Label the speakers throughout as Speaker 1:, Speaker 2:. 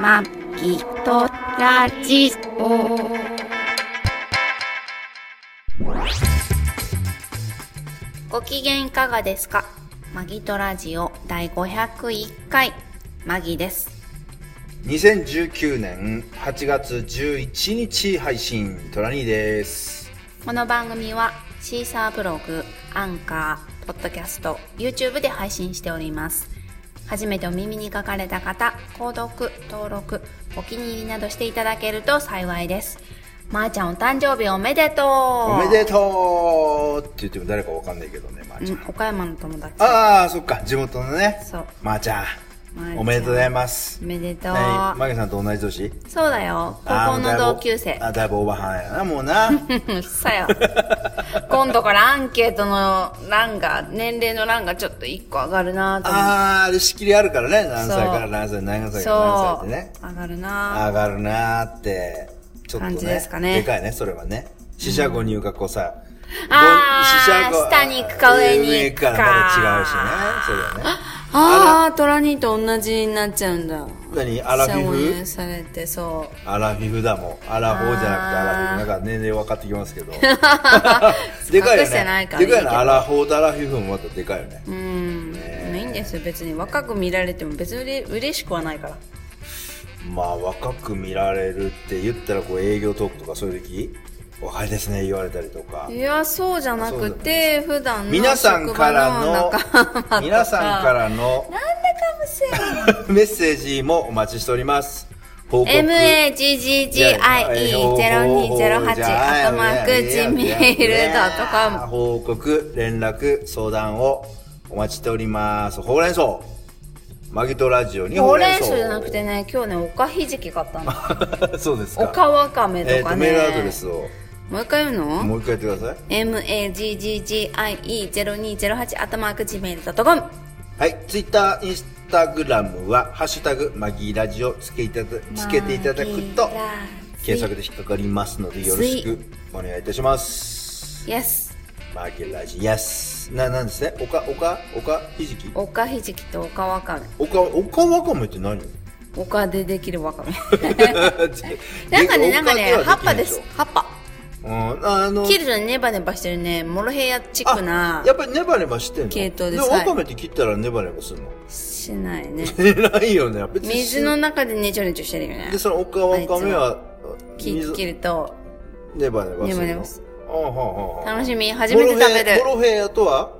Speaker 1: まきとラジオ。ご機嫌いかがですかマギトラジオ第501回、マギです。
Speaker 2: 2019年8月11日配信トラニーです
Speaker 1: この番組はシーサーブログ、アンカー、ポッドキャスト、YouTube で配信しております。初めてお耳に書かれた方、購読、登録、お気に入りなどしていただけると幸いです。まー、ちゃんお誕生日おめでとう
Speaker 2: おめでとうって言っても誰かわかんないけどねまー、ちゃん
Speaker 1: うん、岡山の友達。
Speaker 2: ああそっか地元のね
Speaker 1: そう。
Speaker 2: まー、ちゃん
Speaker 1: まーちゃん
Speaker 2: おめでとうございます
Speaker 1: おめでとう。
Speaker 2: 何マギさんと同じ年
Speaker 1: そうだよ。高校の同級生。
Speaker 2: あーだいぶオーバーハンやなもう な
Speaker 1: うん、うっさや。 今度からアンケートの欄が、年齢の欄がちょっと一個上がるなと思って。
Speaker 2: あーあれ仕切りあるからね何歳か
Speaker 1: そ
Speaker 2: ら
Speaker 1: う
Speaker 2: 何歳何歳
Speaker 1: そ
Speaker 2: から何歳
Speaker 1: う。
Speaker 2: ってね
Speaker 1: 上がるな
Speaker 2: 上がるなーってちょっとね
Speaker 1: 感じですかね
Speaker 2: でかいねそれはね四捨五入がこうさ、
Speaker 1: あー
Speaker 2: ご四捨五
Speaker 1: 下に行くか上に行くか
Speaker 2: 上からまた違うしねそれはね
Speaker 1: あー、トラ兄と同じになっちゃうんだ。
Speaker 2: 何アラフィ
Speaker 1: そういう
Speaker 2: フ
Speaker 1: されて、そう。
Speaker 2: アラフィフだもんアラフォーじゃなくてアラフィ
Speaker 1: あー
Speaker 2: フなんか年齢分かってきます けど
Speaker 1: 隠
Speaker 2: でかいよ
Speaker 1: してない
Speaker 2: ね
Speaker 1: からいい
Speaker 2: で
Speaker 1: けど
Speaker 2: かいなアラフォーとアラフィフもまたでかいよね
Speaker 1: うん。いいんですよ、別に。若く見られても別に嬉しくはないから。
Speaker 2: まあ若く見られるって言ったらこう営業トークとかそういう時若いですね言われたりとか
Speaker 1: いや、そうじゃなくて、普段の
Speaker 2: 皆さんからの
Speaker 1: 職場仲間とか
Speaker 2: 皆さんから
Speaker 1: な
Speaker 2: の
Speaker 1: んだかむせえ。
Speaker 2: メッセージもお待ちしております。報
Speaker 1: magggie0208 アットマーク gmail.com
Speaker 2: 報告、連絡、相談をお待ちしております。ほうれん草。マギトラジオに
Speaker 1: ほ
Speaker 2: ほ
Speaker 1: う
Speaker 2: うれ
Speaker 1: れん
Speaker 2: ん草。
Speaker 1: 草じゃなくてね今日ねおかひじき買ったの
Speaker 2: そうですか。
Speaker 1: おかわかめ
Speaker 2: え
Speaker 1: と
Speaker 2: っ、
Speaker 1: かね、
Speaker 2: と、メールアドレスを
Speaker 1: もう一回言うの
Speaker 2: もう一回言ってくださ
Speaker 1: ?magggie0208 アットマーク gmail.com
Speaker 2: い。はい。ツイッター、インスタグラムは、ハッシュタグ、マギラジオつけいただつけていただくと、検索で引っかかりますので、よろしくお願いいたします。
Speaker 1: Yes
Speaker 2: マーケラジ、イエス。な、なんですね。おか、おか、おか、ひじき
Speaker 1: おかひじきとおかわかめ
Speaker 2: おか、おかわかめっ て何
Speaker 1: おかでできる わかめな
Speaker 2: なん
Speaker 1: かねなんかね葉っぱです。葉っぱ
Speaker 2: うん、あの、
Speaker 1: 切るとネバネバしてるねモロヘイヤチックな
Speaker 2: あやっぱりネバネバしてんの
Speaker 1: 系統ですはい
Speaker 2: わかめって切ったらネバネバするの
Speaker 1: しないね
Speaker 2: ないよね。別に
Speaker 1: 水の中でねちょねちょしてるよね
Speaker 2: で、そのおかわかめは、
Speaker 1: 切
Speaker 2: 水
Speaker 1: 切ると
Speaker 2: ネバネバするの。
Speaker 1: ネバネバす
Speaker 2: あはあはあはあ
Speaker 1: 楽しみ初めて食べ
Speaker 2: モ
Speaker 1: る
Speaker 2: ロヘイヤとは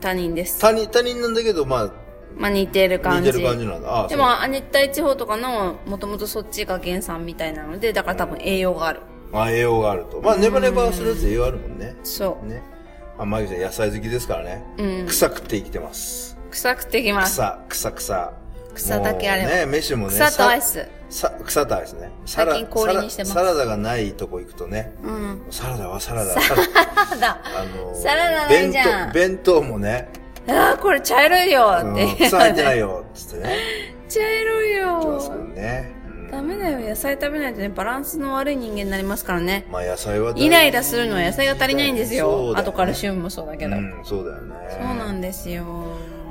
Speaker 1: 他人です
Speaker 2: 他人、他人なんだけど、ま
Speaker 1: まあ似てる
Speaker 2: あ、
Speaker 1: 感
Speaker 2: 似て
Speaker 1: じ
Speaker 2: る感じなんだ。あ
Speaker 1: で
Speaker 2: そう
Speaker 1: もあ熱帯地方とかのもともとそっちが原産みたいなのでだから多分栄養がある
Speaker 2: まあ、栄養があると。まあ、ネバネバするやつ栄養あるもんね。
Speaker 1: そう
Speaker 2: ね。まあ、マギさん野菜好きですからね。
Speaker 1: うん
Speaker 2: 草食って生きてます。
Speaker 1: 臭くてきます
Speaker 2: 草、草、草。
Speaker 1: 草だけあれば
Speaker 2: もうね、飯もね。
Speaker 1: 草とアイ
Speaker 2: ス。
Speaker 1: ス
Speaker 2: さ草とアイスね。サラ
Speaker 1: 最近氷にしてます
Speaker 2: サラサラダがないとこ行くとね。
Speaker 1: うん
Speaker 2: サラダはサラダ。サラダ。
Speaker 1: ただ
Speaker 2: あのー
Speaker 1: サラダないじゃん
Speaker 2: 弁当、弁当もね。
Speaker 1: あーこれ茶色いよ
Speaker 2: うん
Speaker 1: って、
Speaker 2: 草入ってないよ。つってね。
Speaker 1: 茶色い
Speaker 2: そうですよ
Speaker 1: よ
Speaker 2: ね。うん
Speaker 1: ダメだよ野菜食べないとねバランスの悪い人間になりますからね
Speaker 2: まあ野菜は大事
Speaker 1: イライラするのは野菜が足りないんです
Speaker 2: そうだ
Speaker 1: よ
Speaker 2: よね
Speaker 1: 後からシウムもそうだけど、
Speaker 2: うん、そうだよね。
Speaker 1: そうなんですよ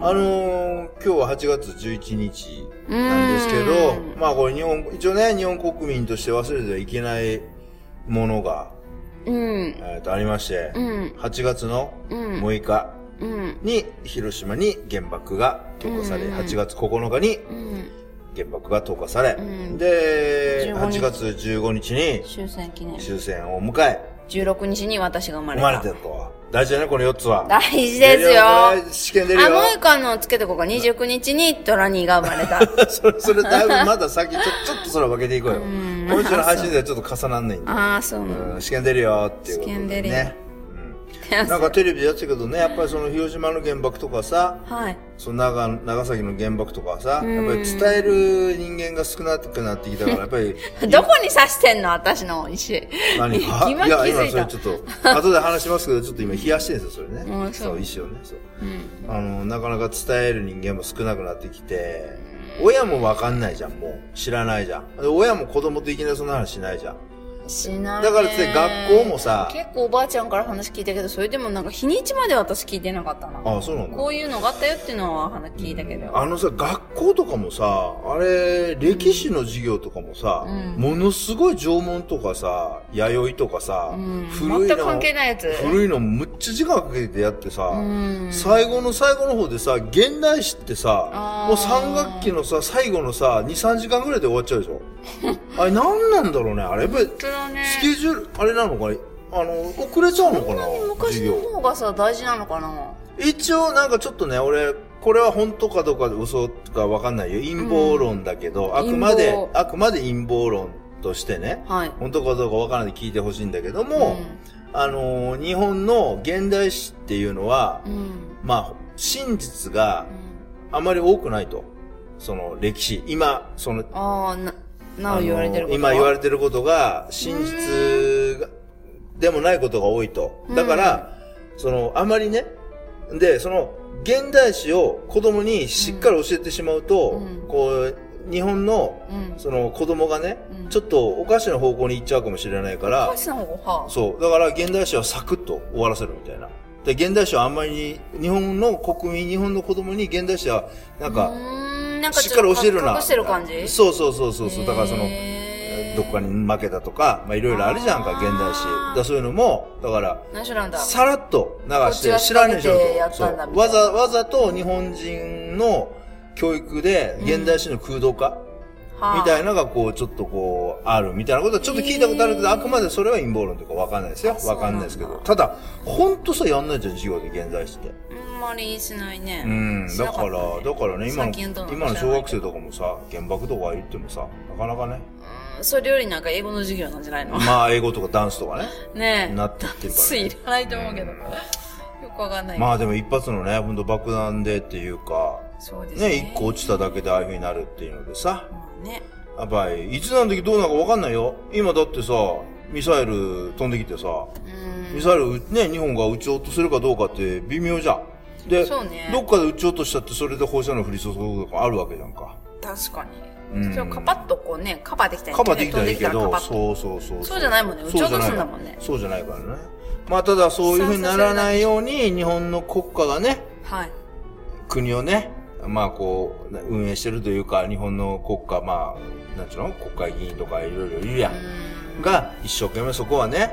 Speaker 2: あのー今日は8月11日なんですけど
Speaker 1: う、
Speaker 2: まあこれ日本、一応ね、日本国民として忘れてはいけないものが、
Speaker 1: うん
Speaker 2: えーとありまして、
Speaker 1: うん
Speaker 2: 8月の
Speaker 1: うん
Speaker 2: 6日
Speaker 1: うん
Speaker 2: に広島に原爆が投下され、
Speaker 1: うん
Speaker 2: 8月9日に
Speaker 1: うん
Speaker 2: 原爆が投下され、
Speaker 1: うん
Speaker 2: で、
Speaker 1: 15日
Speaker 2: 8月15日に
Speaker 1: 終戦記念
Speaker 2: 終戦を迎え、
Speaker 1: 16日に私が生ま
Speaker 2: 生
Speaker 1: れ
Speaker 2: ま
Speaker 1: た
Speaker 2: れてると。大事だね、この4つは。
Speaker 1: 大事ですよ。
Speaker 2: こ
Speaker 1: あ、も
Speaker 2: れ試験出
Speaker 1: う
Speaker 2: るよ。
Speaker 1: 一個あの、つけてこうか。29日にトラニーが生まれた。
Speaker 2: それ、それだいぶまだ先、ちょ、ちょっとそれ分けていこうよ。今週の配信ではちょっと重なんないんで。
Speaker 1: ああ、そうなの。
Speaker 2: うん、試験出るよっていうこと
Speaker 1: 試
Speaker 2: で、
Speaker 1: 験
Speaker 2: ね。
Speaker 1: 出るよ
Speaker 2: うん。なんかテレビでやってたけどね、やっぱりその広島の原爆とかさ、
Speaker 1: はい。
Speaker 2: その長長崎の原爆とかさ、やっぱり伝える人間が少なくなってきたから、やっぱり、
Speaker 1: どこに刺してんの私の石。
Speaker 2: 何か
Speaker 1: 今
Speaker 2: いや、
Speaker 1: 気づ
Speaker 2: 今
Speaker 1: い
Speaker 2: そ
Speaker 1: た
Speaker 2: れちょっと、後で話しますけど、ちょっと今冷やしてるんですよ、それね。
Speaker 1: うんそう
Speaker 2: 石をね、そう。あの、なかなか伝える人間も少なくなってきて、親もわかんないじゃん、もう。知らないじゃん。で親も子供といきなりそんな話しないじゃん。
Speaker 1: しない、ね、
Speaker 2: だからつって学校もさ
Speaker 1: 結構おばあちゃんから話聞いたけどそれでもなんか日にちまで私聞いてなかったな
Speaker 2: あそうなんだ
Speaker 1: こういうのがあったよっていうのは話聞いたけど、
Speaker 2: あのさ学校とかもさあれ歴史の授業とかもさ、
Speaker 1: うん
Speaker 2: ものすごい縄文とかさ弥生とかさ、
Speaker 1: うん、
Speaker 2: 古い
Speaker 1: 全く
Speaker 2: の
Speaker 1: 関係ないやつ
Speaker 2: 古いのむっちゃ時間かけてやってさ、
Speaker 1: うん
Speaker 2: 最後の最後の方でさ現代史って
Speaker 1: あ
Speaker 2: さ
Speaker 1: ー
Speaker 2: もう3学期のさ最後のさ23時間ぐらいで終わっちゃうでし ょあれ何なんだろうねあれやっぱり
Speaker 1: 本当だね
Speaker 2: スケジュールあれなのかなあの遅れちゃうのかな
Speaker 1: 昔
Speaker 2: 授
Speaker 1: の
Speaker 2: 業
Speaker 1: 方がさ大事なのかな
Speaker 2: 一応なんかちょっとね俺これは本当かどうか嘘かわかんないよ陰謀論だけど、あくま
Speaker 1: 陰
Speaker 2: で
Speaker 1: 謀
Speaker 2: あくまで陰謀論としてね
Speaker 1: はい
Speaker 2: 本当かどうかわからない聞いてほしいんだけども、あのー日本の現代史っていうのは、
Speaker 1: うんうん
Speaker 2: まあ真実があまり多くないと。その歴史。今、その、
Speaker 1: ああなな
Speaker 2: あ
Speaker 1: お
Speaker 2: の
Speaker 1: 言われてること
Speaker 2: 今言わ
Speaker 1: れ
Speaker 2: れてることが、真実がでもないことが多いと。だから、その、あまりね、で、その、現代史を子供にしっかり教えてしまうと、
Speaker 1: うん
Speaker 2: こう、日本の、
Speaker 1: うん
Speaker 2: その子供がね、
Speaker 1: うん
Speaker 2: ちょっとおかしな方向に行っちゃうかもしれないから
Speaker 1: お、しな方がは
Speaker 2: そう。だから、現代史はサクッと終わらせるみたいな。で、現代史はあんまりに、日本の国民、日本の子供に現代史は、なん
Speaker 1: うー
Speaker 2: か、
Speaker 1: んなんか
Speaker 2: しっ
Speaker 1: ち
Speaker 2: か
Speaker 1: ょ
Speaker 2: り
Speaker 1: っと
Speaker 2: 教えるな。
Speaker 1: 隠してる感じ
Speaker 2: そうそうそうそうそう。だからその、
Speaker 1: へー
Speaker 2: どっかに負けたとか、まあいろいろあるじゃんか、
Speaker 1: あ
Speaker 2: 現
Speaker 1: ー
Speaker 2: 代史。だからそういうのも、だから、
Speaker 1: 何しろなんだ
Speaker 2: さらっと流し
Speaker 1: こ
Speaker 2: て、
Speaker 1: っちが
Speaker 2: 知らねえじゃん
Speaker 1: 下げてや
Speaker 2: と。
Speaker 1: っ
Speaker 2: そ
Speaker 1: たんだみ
Speaker 2: う。
Speaker 1: た
Speaker 2: わ
Speaker 1: いな
Speaker 2: ざ、わざと日本人の教育で、現代史の空洞化、みた
Speaker 1: い
Speaker 2: いなのがこう、ちょっとこう、あるみたいなことはちょっと聞いたことあるけど、
Speaker 1: へー
Speaker 2: あくまでそれは陰謀論というかわかんないですよ
Speaker 1: あ。そうなん
Speaker 2: わ
Speaker 1: だ
Speaker 2: かんないですけど。ただ、ほんとさ、やんないじゃん、授業で現代史って。
Speaker 1: あんまりしないね
Speaker 2: うん、
Speaker 1: し
Speaker 2: だ
Speaker 1: な
Speaker 2: か
Speaker 1: ったね
Speaker 2: ら、だからね、今
Speaker 1: 最
Speaker 2: の、
Speaker 1: 近どうなの
Speaker 2: 今
Speaker 1: 知
Speaker 2: の
Speaker 1: ら
Speaker 2: 小
Speaker 1: ない
Speaker 2: 学生とかもさ、原爆とか言ってもさ、なかなかね、
Speaker 1: うんそれよりなんか英語の授業なんじゃないの
Speaker 2: まあ、英語とかダンスとかね、
Speaker 1: ねえ
Speaker 2: なってってるから
Speaker 1: つ
Speaker 2: ね、
Speaker 1: いらないと思うけどよくわかんない
Speaker 2: まあでも一発のね、ほんと爆弾でっていうか、
Speaker 1: そうです
Speaker 2: ね、一個落ちただけでああいう風になるっていうのでさ、
Speaker 1: まあね
Speaker 2: やっぱり、いつなん時どうなるかわかんないよ。今だってさ、ミサイル飛んできてさ、
Speaker 1: うん
Speaker 2: ミサイルう、ね、日本が撃ち落とせるかどうかって微妙じゃん。で、
Speaker 1: そうね
Speaker 2: どっかで撃ち落としたってそれで放射能降り注ぐとかあるわけじゃんか。
Speaker 1: 確かに
Speaker 2: うん
Speaker 1: それをカパッとこうねカバーできたり
Speaker 2: カバーできたらいいけ
Speaker 1: 飛んできたらカ
Speaker 2: ど、
Speaker 1: バッと
Speaker 2: そうそうそう。
Speaker 1: そうじゃないもんね
Speaker 2: そうじゃな
Speaker 1: 撃ち落と
Speaker 2: い
Speaker 1: すんだもんね
Speaker 2: そうじゃないからね。まあただそういうふうにならないように、日本の国家がね、
Speaker 1: はい
Speaker 2: 国をね、まあこう、運営してるというか、日本の国家、まあ、なんちゅうの国会議員とかいろいろいるやん。
Speaker 1: う
Speaker 2: が、一生懸命そこはね、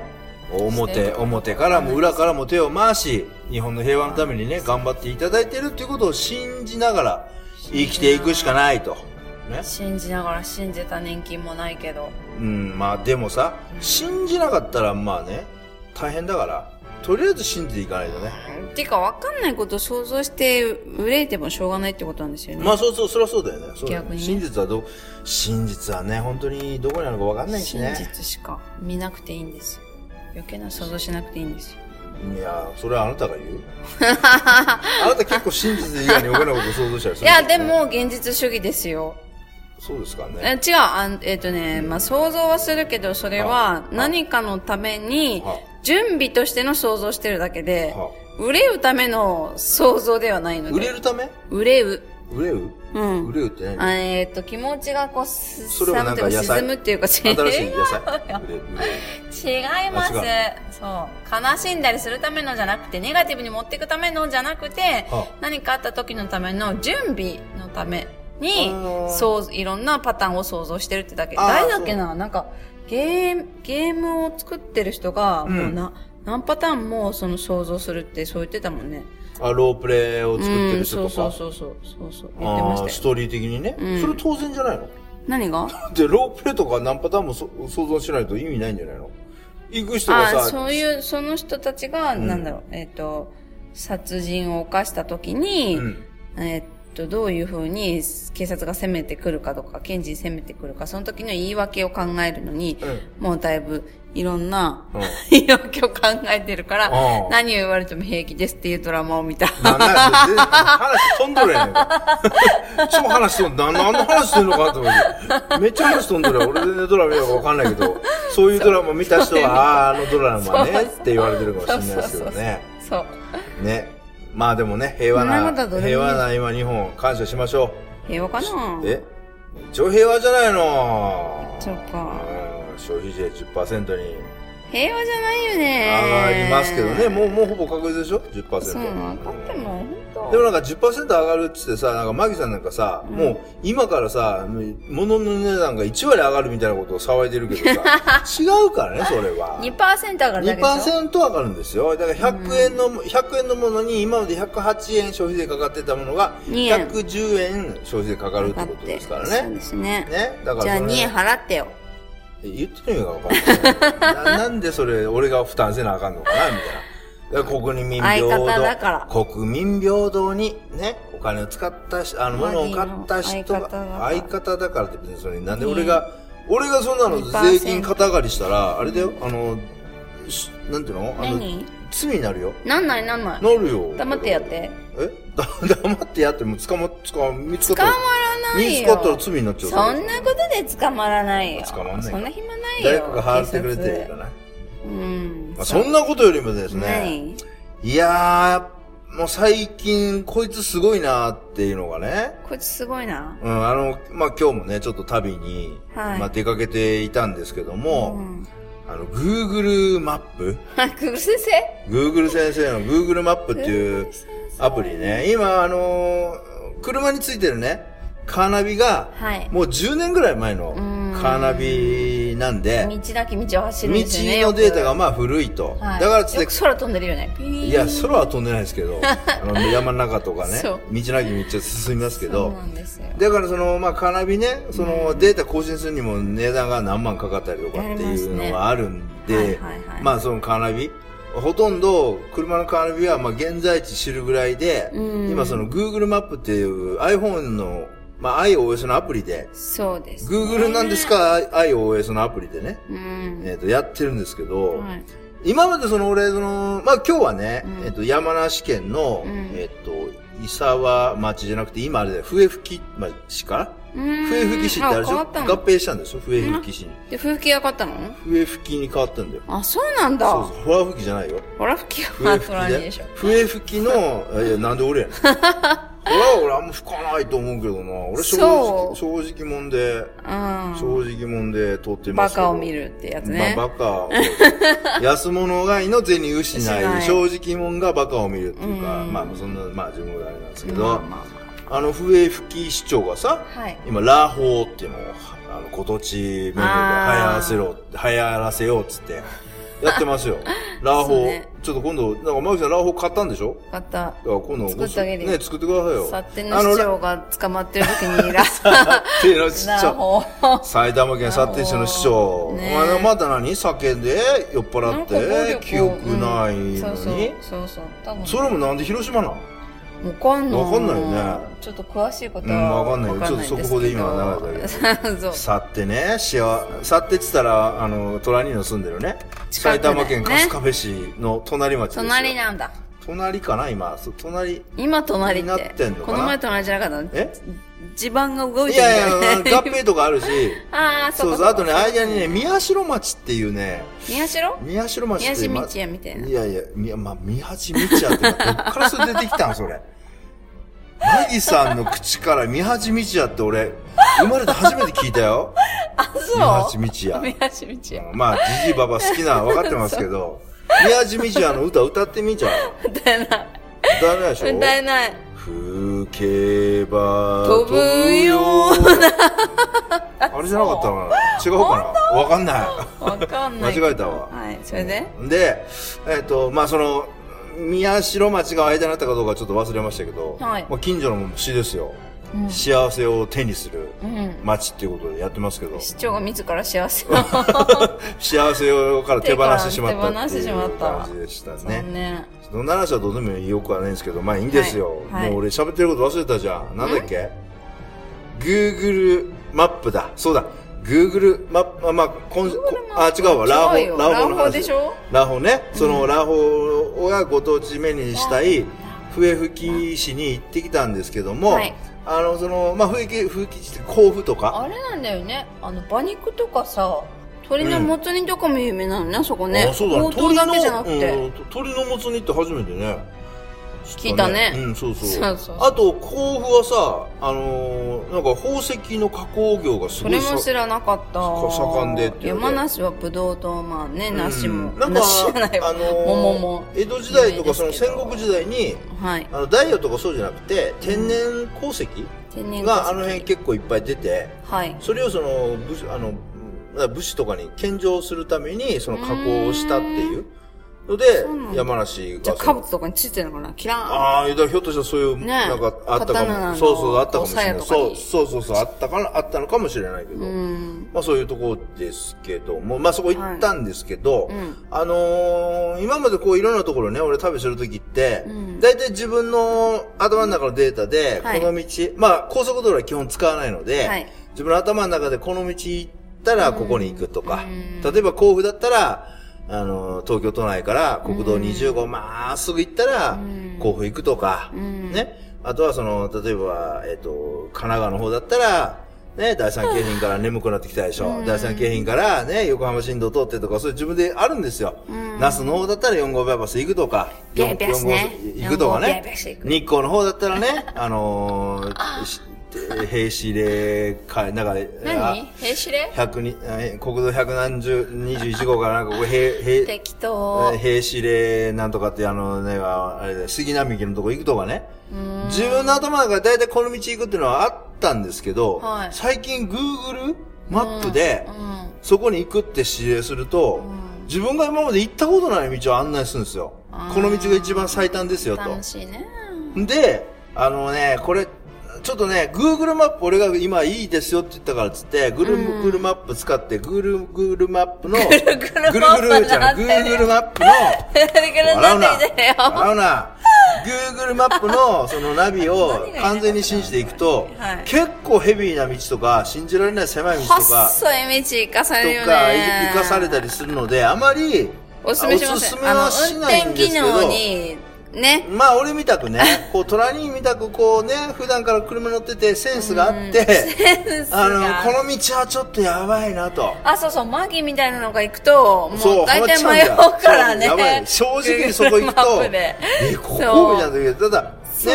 Speaker 1: して
Speaker 2: 表、
Speaker 1: る
Speaker 2: 表からも裏からも手を回し、日本の平和のためにね、頑張っていただいてるっていうことを信じながら、生きていくしかないと。ね
Speaker 1: ん。信じながら信じた年金もないけど
Speaker 2: うん、まあでもさ、信じなかったらまあね、大変だから、とりあえず信じていかないとね。
Speaker 1: てかわかんないことを想像して憂いてもしょうがないってことなんですよね
Speaker 2: まあそうそう、そりゃそうだよね。そうだよ
Speaker 1: 逆
Speaker 2: ね
Speaker 1: にね
Speaker 2: 真実はど、真実はね、本当にどこにあるかわかんないし
Speaker 1: 真
Speaker 2: ね。
Speaker 1: 実しか見なくていいんですよ余計な想像しなくていいんですよ
Speaker 2: いや、それはあなたが言う あなた結構真実以外におかないこと想像したりす
Speaker 1: い
Speaker 2: るん
Speaker 1: や
Speaker 2: す
Speaker 1: で
Speaker 2: ね。
Speaker 1: も現実主義ですよ
Speaker 2: そうですか
Speaker 1: え
Speaker 2: ね。
Speaker 1: 違うあんえっ、とね、まあ、想像はするけどそれ
Speaker 2: は
Speaker 1: は何かのために
Speaker 2: は
Speaker 1: 準備としての想像してるだけで
Speaker 2: は
Speaker 1: 売れうための想像ではないの
Speaker 2: 売れ
Speaker 1: で
Speaker 2: るため
Speaker 1: 売れう
Speaker 2: 売れる
Speaker 1: うん
Speaker 2: 売れるって何
Speaker 1: あえっ、と気持ちがこうす
Speaker 2: それはなんか野菜
Speaker 1: 沈むっていうか
Speaker 2: 新しい
Speaker 1: 違
Speaker 2: 野菜売れる。売れる
Speaker 1: います
Speaker 2: あ
Speaker 1: そう悲しんだりするためのじゃなくてネガティブに持っていくためのじゃなくて
Speaker 2: は
Speaker 1: 何かあった時のための準備のため
Speaker 2: あ
Speaker 1: に
Speaker 2: ー
Speaker 1: そういろんなパターンを想像してるってだけ
Speaker 2: あー
Speaker 1: 誰だっけななんかゲームゲームを作ってる人が
Speaker 2: うん
Speaker 1: もうな、何パターンもその想像するってそう言ってたもんね
Speaker 2: あ、ロープレイを作って
Speaker 1: う
Speaker 2: る
Speaker 1: んそ
Speaker 2: 人
Speaker 1: う
Speaker 2: とか。
Speaker 1: そうそうそうそうそう言ってま
Speaker 2: あ
Speaker 1: し
Speaker 2: ー
Speaker 1: た
Speaker 2: ス
Speaker 1: よ
Speaker 2: トーリー的にね、
Speaker 1: うん
Speaker 2: それ当然じゃないの
Speaker 1: 何が
Speaker 2: でロープレとか何パターンもそ想像しないと意味ないんじゃないの行く人が
Speaker 1: あ
Speaker 2: さ
Speaker 1: あそういうその人たちが、
Speaker 2: ん
Speaker 1: なんだろうえっ、と殺人を犯した時に、
Speaker 2: うん
Speaker 1: えっ、とどういうふうに警察が攻めてくるかとか検事に攻めてくるかその時の言い訳を考えるのに、もうだいぶいろんな、
Speaker 2: うん
Speaker 1: 言い訳を考えてるから、
Speaker 2: うん
Speaker 1: 何を言われても平気ですっていうドラマを見た。
Speaker 2: なんなんでで話飛んどるやんか。超話飛んどる。な何の話してんのかなと思って。めっちゃ話飛んどるやん。俺全然ドラマ見たかわかんないけど、そういうドラマ見た人は、ああー、あのドラマね、って言われてるかもしれないですけどね。
Speaker 1: そう。
Speaker 2: ね。まあでもね、平和
Speaker 1: そんな
Speaker 2: な
Speaker 1: ことはどう、でもいい
Speaker 2: 平和な今日本、感謝しましょ
Speaker 1: 平和か
Speaker 2: う。
Speaker 1: な
Speaker 2: え一応平和じゃないの。
Speaker 1: そうか。
Speaker 2: うん消費税10%に
Speaker 1: 平和じゃないよね
Speaker 2: 上がりますけどね、もう、もうほぼ確実でしょ ?10%。
Speaker 1: そう分かっても本
Speaker 2: で
Speaker 1: 当
Speaker 2: もなんか10%上がるっつってさ、なんかマギさんなんかさ、もう今からさ、もう物の値段が1割上がるみたいなことを騒いでるけ どさ、違うからね、それは。
Speaker 1: 2%上がるだけでしょ
Speaker 2: 2%上がるんですよ。だから100円の、100円のものに今まで108円消費税かかってたものが、
Speaker 1: 2円
Speaker 2: 110円消費税かかるって
Speaker 1: だ
Speaker 2: こと
Speaker 1: って
Speaker 2: ですから
Speaker 1: そう
Speaker 2: ね
Speaker 1: で。すね
Speaker 2: ね。だから
Speaker 1: じゃあ
Speaker 2: その
Speaker 1: 2
Speaker 2: ね
Speaker 1: 円払ってよ
Speaker 2: 言ってる意味が分かんないな。なんでそれ、俺が負担せなあかんのかな、み たいな。だから国民平等。
Speaker 1: 相方だから
Speaker 2: 国民平等に、ね、お金を使ったし、あの、
Speaker 1: マギ
Speaker 2: 物
Speaker 1: ー
Speaker 2: を買った人
Speaker 1: の相方だか
Speaker 2: が、
Speaker 1: ら
Speaker 2: 相方だからって別にそれ、なんで
Speaker 1: ね
Speaker 2: 俺が、俺がそんなの
Speaker 1: 2%
Speaker 2: 税金肩上がりしたら、あれだよ、あの、しなんていうのあの、
Speaker 1: 何
Speaker 2: 罪になるよ。
Speaker 1: なんないなんない
Speaker 2: なるよ。
Speaker 1: 黙ってやっ。て
Speaker 2: え だ黙ってやっても捕ま、捕ま、見つか
Speaker 1: 捕
Speaker 2: った
Speaker 1: ま
Speaker 2: ら、
Speaker 1: らないよ
Speaker 2: 見つかったら罪になっちゃう。
Speaker 1: そんなことで捕まらないよ。
Speaker 2: 捕まんないか
Speaker 1: そんな暇ないよ。
Speaker 2: 誰かが払ってくれていいかな。
Speaker 1: 警察うん。
Speaker 2: まあ、そんなことよりもですね。
Speaker 1: 何
Speaker 2: いやー、もう最近、こいつすごいなーっていうのがね。
Speaker 1: こいつすごいな。
Speaker 2: うん、あの、まあ、今日もね、ちょっと旅に、
Speaker 1: はい
Speaker 2: まあ、出かけていたんですけど
Speaker 1: う
Speaker 2: も、
Speaker 1: ん。
Speaker 2: あの、Google マップ
Speaker 1: あ、クル先生
Speaker 2: ?Google 先生の Google マップっていう
Speaker 1: 苦先生
Speaker 2: アプリね。今、あのー車についてるね、カーナビが、
Speaker 1: はい。
Speaker 2: もう10年ぐらい前の
Speaker 1: ん
Speaker 2: カーナビなんで、
Speaker 1: 道なき道を走
Speaker 2: 道
Speaker 1: るんですよね。
Speaker 2: のデータ
Speaker 1: よ
Speaker 2: がまあ古いと。
Speaker 1: く。はい、
Speaker 2: だからつっ
Speaker 1: よ
Speaker 2: て
Speaker 1: く空飛んでるよね。ピー
Speaker 2: いや、空は飛んでないですけど、あの山の中とかね、
Speaker 1: そ
Speaker 2: 道
Speaker 1: う
Speaker 2: なき道を進みますけ
Speaker 1: そう
Speaker 2: ど、
Speaker 1: なんですよ。
Speaker 2: だからその、まあ、カーナビね、そのデータ更新するにも値段が何万かかったりとかっていうのがあるん
Speaker 1: やります
Speaker 2: で、
Speaker 1: ねはいはいはい
Speaker 2: まあそのカーナビ、ほとんど車のカーナビはまあ現在地知るぐらいで、
Speaker 1: うん
Speaker 2: 今その Google マップっていう iPhone の、まあ iOS のアプリで、
Speaker 1: そうです、
Speaker 2: Google なんですか、iOS のアプリでね、
Speaker 1: うん。
Speaker 2: えっ、と、やってるんですけど、
Speaker 1: はい。
Speaker 2: 今までその俺、その、まあ今日はね、
Speaker 1: うん
Speaker 2: えっと、山梨県の、
Speaker 1: うん
Speaker 2: えっと、伊沢町じゃなくて、今あれだよ、笛吹町か
Speaker 1: う
Speaker 2: なん笛吹市ってあるでし
Speaker 1: あ変
Speaker 2: ょ合
Speaker 1: わったの
Speaker 2: 併したんでしょ笛吹市に。
Speaker 1: で、風吹きが買ったの
Speaker 2: 笛吹に変わったんだよ。
Speaker 1: あ、そうなんだ。
Speaker 2: そうそう、ほら吹きじゃないよ。
Speaker 1: ほら吹き
Speaker 2: 笛
Speaker 1: は
Speaker 2: 吹
Speaker 1: 取ら
Speaker 2: き
Speaker 1: ないで
Speaker 2: で
Speaker 1: しょ。。
Speaker 2: 笛吹 きの、いや、なんで俺やねん。ほら俺あんま吹かないと思うけどな。俺
Speaker 1: そ
Speaker 2: 正直、
Speaker 1: う
Speaker 2: 正直もんで、
Speaker 1: うん。
Speaker 2: 正直もんで通ってま
Speaker 1: バ
Speaker 2: すけど。
Speaker 1: カを見るってやつね。
Speaker 2: まあ、バカ を。安物買いの銭失
Speaker 1: 失
Speaker 2: い。
Speaker 1: い
Speaker 2: 正直者がバカを見るっていうか、
Speaker 1: うん
Speaker 2: まあ、そんな、まあ、自分があれなんですけ
Speaker 1: まあ
Speaker 2: ど、
Speaker 1: まあ
Speaker 2: あの、笛吹き市長がさ、
Speaker 1: まあはい。
Speaker 2: 今、ラーホーっていうのを、あの、ご当地メニューで流行らせろ、流行らせようっつって、やってますよ。ラー
Speaker 1: そう
Speaker 2: ホー
Speaker 1: ね。
Speaker 2: ちょっと今度、なんか、マギさんラーホー買ったんでしょ
Speaker 1: また
Speaker 2: だ、から今度、
Speaker 1: 作ってあげるよ
Speaker 2: ね、作ってくださいよ。
Speaker 1: サッテンの市
Speaker 2: あの
Speaker 1: 長が捕まってる時にいらっしゃ
Speaker 2: ラーテンの 市
Speaker 1: る
Speaker 2: 長。
Speaker 1: 方法。
Speaker 2: 埼玉県幸手市の市長、
Speaker 1: ねえ
Speaker 2: お前まだ何酒で酔っ払って記憶ないのに、
Speaker 1: そうそう。そうそう。多分。
Speaker 2: それもなんで広島なん
Speaker 1: わかんない。
Speaker 2: わかんないよね
Speaker 1: ちょっと詳しいこと
Speaker 2: う
Speaker 1: は。
Speaker 2: んわかんないよ
Speaker 1: ですけど
Speaker 2: ちょっと速報で今流れ
Speaker 1: たけ ど。そう。
Speaker 2: 去ってね幸去ってっつったらあの隣にの住んでるね
Speaker 1: 近
Speaker 2: 埼
Speaker 1: くだよね
Speaker 2: 玉県春日部市の隣町ですよ
Speaker 1: 隣なんだ。
Speaker 2: 隣かな今そう隣
Speaker 1: 今隣って。
Speaker 2: なってんのかな
Speaker 1: この前隣じゃなかったの
Speaker 2: え
Speaker 1: 地盤が動い
Speaker 2: い
Speaker 1: てる
Speaker 2: やい
Speaker 1: よ
Speaker 2: や合
Speaker 1: ね。
Speaker 2: 併とかあるし
Speaker 1: ああ、
Speaker 2: そ
Speaker 1: そうう
Speaker 2: そう
Speaker 1: か。
Speaker 2: あとね間にね宮代町っていうね
Speaker 1: 宮代
Speaker 2: 宮代町って
Speaker 1: 宮
Speaker 2: 今。
Speaker 1: 代道也みたいない
Speaker 2: やいや、みまあ、三八みちやってのはどっからそれ出てきたんそれ。マギさんの口から三八みちやって俺、生まれて初めて聞いたよ。
Speaker 1: あ、
Speaker 2: 三
Speaker 1: そ
Speaker 2: 八みちや
Speaker 1: う。。宮代道也。
Speaker 2: まあ、じじばば好きな、分かってますけど、三八みちやの歌歌ってみちゃう。
Speaker 1: 歌えない。
Speaker 2: 歌えないでしょ
Speaker 1: 歌えない。
Speaker 2: 吹けば
Speaker 1: 飛ぶよ
Speaker 2: あれじゃなかったかな違うかなわかんな
Speaker 1: わかんない。
Speaker 2: 間違えたわ
Speaker 1: はい、それで
Speaker 2: い。で、えっ、と、まあ、その、宮代町が間になったかどうかちょっと忘れましたけど、
Speaker 1: はい
Speaker 2: まあ、近所の市ですよ。
Speaker 1: うん
Speaker 2: 幸せを手にする
Speaker 1: うん。
Speaker 2: 街っていうことでやってますけど、
Speaker 1: 市長が自ら幸せを。
Speaker 2: 幸せをから手放してしまったって
Speaker 1: 手放してし
Speaker 2: い
Speaker 1: ま
Speaker 2: う
Speaker 1: った
Speaker 2: 感じでしたね。
Speaker 1: ね。
Speaker 2: その話はどうでもよくはないんですけど、まあいいんですよ。
Speaker 1: はいはい
Speaker 2: もう俺喋ってること忘れたじゃん。なんだっけ ?Google マップだ。そうだ。Google マップ、あまあ、今あ、違うわ。ラ
Speaker 1: 違
Speaker 2: ー
Speaker 1: うよ
Speaker 2: ホー、ラーホ
Speaker 1: ラー
Speaker 2: ーの
Speaker 1: ホー
Speaker 2: 話。
Speaker 1: でしょ
Speaker 2: ラーホーね。そのラーホーがご当地メニューにしたい、笛吹市に行ってきたんですけども、
Speaker 1: はい
Speaker 2: あの、その、まあ、笛吹市って甲府とか、
Speaker 1: あれなんだよね。あの、馬肉とかさ、鶏のもつ煮とかも有名なのね、あそこね。
Speaker 2: あそうだね
Speaker 1: ほうとうだけじゃなくて。
Speaker 2: 鳥のうん鳥のもつ煮って初めてね聞
Speaker 1: 聞いたね
Speaker 2: うん、そうそう。
Speaker 1: そうそう
Speaker 2: あと、甲府はさ、あのーなんか宝石の加工業がす
Speaker 1: そ
Speaker 2: ごい
Speaker 1: れ
Speaker 2: さ
Speaker 1: も知らなかった
Speaker 2: 盛んでっていうね
Speaker 1: 山梨はブドウとまあね梨も、
Speaker 2: うんなんか
Speaker 1: 梨じゃない、わ
Speaker 2: あのー
Speaker 1: 桃も
Speaker 2: 江戸時代とかその
Speaker 1: 有名ですけ
Speaker 2: 戦
Speaker 1: ど
Speaker 2: 国時代に、
Speaker 1: はい
Speaker 2: あの、ダイヤとかそうじゃなくて、天然鉱石
Speaker 1: 天然
Speaker 2: が
Speaker 1: ガ
Speaker 2: あの辺結構いっぱい出て、
Speaker 1: はい
Speaker 2: それをその武士あのうん武士とかに献上するためにその加工をしたっていうので
Speaker 1: そうなんだ
Speaker 2: 山梨
Speaker 1: じゃ
Speaker 2: が
Speaker 1: あ
Speaker 2: そ
Speaker 1: カ
Speaker 2: の
Speaker 1: ブトとかについてるのかなキラーン
Speaker 2: ああだからひょっとしたらそういう、
Speaker 1: ねえ
Speaker 2: なんかあったか
Speaker 1: 刀
Speaker 2: も
Speaker 1: の
Speaker 2: そうそうあったかもしれない
Speaker 1: こう鞘と
Speaker 2: そ
Speaker 1: か
Speaker 2: う
Speaker 1: に
Speaker 2: そうそうそうあったかなあったのかもしれないけど、
Speaker 1: うん
Speaker 2: まあそういうところですけどもまあそこ行ったんですけど、
Speaker 1: うん
Speaker 2: あのー今までこういろんなところね、俺旅するときって、
Speaker 1: うん
Speaker 2: 大体自分の頭の中のデータで、
Speaker 1: はい
Speaker 2: この道、まあ高速道路は基本使わないので、
Speaker 1: はい
Speaker 2: 自分の頭の中でこの道行ったらここに行くとか、
Speaker 1: うん
Speaker 2: 例えば甲府だったら、あのー東京都内から国道
Speaker 1: うん
Speaker 2: 20号まっすぐ行ったら
Speaker 1: うん、
Speaker 2: 甲府行くとか、
Speaker 1: うん
Speaker 2: ね。あとはその、例えば、えっ、と、神奈川の方だったら、ね、第三京浜から眠くなってきたでしょ。
Speaker 1: うん
Speaker 2: 第三京浜からね、横浜新道通ってとか、そういう自分であるんですよ。
Speaker 1: うん
Speaker 2: 那須の方だったら4号バイパス行くとか、
Speaker 1: ビャービャーしね
Speaker 2: 四号行くとか
Speaker 1: 四号ビャービャ
Speaker 2: ね
Speaker 1: ーし。行く
Speaker 2: 日光の方だった らね、あのー、し平子令会、なんか、
Speaker 1: 何平子令
Speaker 2: 百に、え国道百何十、二十一号からなんかこう、平、平、
Speaker 1: 適当
Speaker 2: えー兵士令なんとかってあのね、あれで杉並木のとこ行くとかね。自分の頭の中で大体この道行くっていうのはあったんですけど、
Speaker 1: はい
Speaker 2: 最近 Google マップで、
Speaker 1: うん
Speaker 2: そこに行くって指令すると、
Speaker 1: うん
Speaker 2: 自分が今まで行ったことない道を案内するんですよ。
Speaker 1: あー
Speaker 2: この道が一番最短ですよと。
Speaker 1: 楽しいね
Speaker 2: で、あのね、これ、ちょっとね、Google マップ、俺が今いいですよって言ったからっつって、Google マップ使って、Google マップの、ぐる
Speaker 1: ぐるマップ
Speaker 2: ぐるじゃない、
Speaker 1: になってる
Speaker 2: Google マ ップの、
Speaker 1: ぐるぐる
Speaker 2: 笑うな
Speaker 1: なってきてるよ
Speaker 2: 笑うな Google マップのそのナビ を完全に信じていくと、
Speaker 1: はい
Speaker 2: 結構ヘビーな道とか、信じられない狭い道とか、
Speaker 1: 細い道行かされるよ
Speaker 2: と
Speaker 1: ね
Speaker 2: か、生かされたりするので、あまり、
Speaker 1: おすすめしま
Speaker 2: お
Speaker 1: せ
Speaker 2: す
Speaker 1: ん
Speaker 2: めはしないんですけ
Speaker 1: あの運
Speaker 2: ど、
Speaker 1: 転機能にね
Speaker 2: まあ俺みた くね、こう虎にみたくこうね、普段から車乗っててセンスがあって、 あの、この道はちょっとやばいなと。
Speaker 1: あ、そうそう、マギみたいなのが行くと、
Speaker 2: そ
Speaker 1: も
Speaker 2: う、
Speaker 1: う大体
Speaker 2: ハマ
Speaker 1: 迷
Speaker 2: っちゃ
Speaker 1: うん
Speaker 2: だ
Speaker 1: から
Speaker 2: よそうやば
Speaker 1: ね。
Speaker 2: い正直にそこ行く
Speaker 1: Google マ
Speaker 2: と、
Speaker 1: ップで
Speaker 2: え、ここみ
Speaker 1: そう
Speaker 2: たいな時ただ、ね、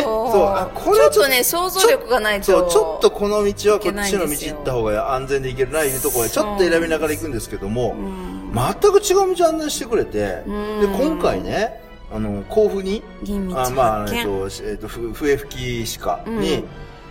Speaker 1: そう
Speaker 2: あこれは
Speaker 1: ちょっとね想像力がないと
Speaker 2: そう、ちょっとこの道はこ
Speaker 1: いけな
Speaker 2: っ
Speaker 1: い
Speaker 2: ち
Speaker 1: ん
Speaker 2: の道
Speaker 1: ですよ
Speaker 2: 行った方が安全で行けるな、いうところへちょっと選びながら行くんですけども、
Speaker 1: ん
Speaker 2: 全く違う道案内してくれて、で、
Speaker 1: うん
Speaker 2: 今回ね、あの、甲府に、
Speaker 1: 銀道
Speaker 2: あまあ、
Speaker 1: 発見
Speaker 2: えっと、えっと、ふ笛吹市かに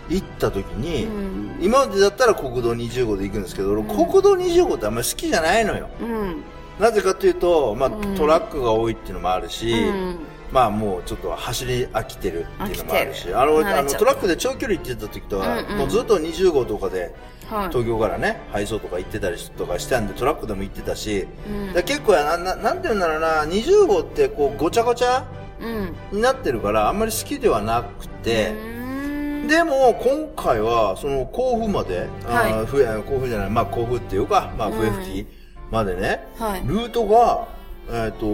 Speaker 2: 行った時に、
Speaker 1: うん
Speaker 2: 今までだったら国道20号で行くんですけど、俺、国道20号ってあんまり好きじゃないのよ。
Speaker 1: うん。
Speaker 2: なぜかというと、まあ、
Speaker 1: うん
Speaker 2: トラックが多いっていうのもあるし、
Speaker 1: うん。
Speaker 2: まあもうちょっと走り飽きてるっていうのもある
Speaker 1: 飽き、
Speaker 2: して
Speaker 1: る
Speaker 2: あの
Speaker 1: 慣れちゃ
Speaker 2: あ
Speaker 1: っ
Speaker 2: の
Speaker 1: た
Speaker 2: トラックで長距離行ってた時とは、
Speaker 1: うんうん
Speaker 2: もうずっと20号とかで
Speaker 1: はい。
Speaker 2: 東京からね、配送とか行ってたりとかしたんで、トラックでも行ってたし、
Speaker 1: うん
Speaker 2: だから結構なな、なんて言うんだろうな、20号ってこうごちゃごちゃ
Speaker 1: うん。
Speaker 2: になってるから、あんまり好きではなくて、
Speaker 1: うん
Speaker 2: でも、今回は、その、甲府まで、
Speaker 1: はい
Speaker 2: あーふえ甲府じゃない、まあ、甲府っていうか、まあ、
Speaker 1: うん
Speaker 2: 笛吹きまでね、
Speaker 1: はい
Speaker 2: ルートが、えっ、と、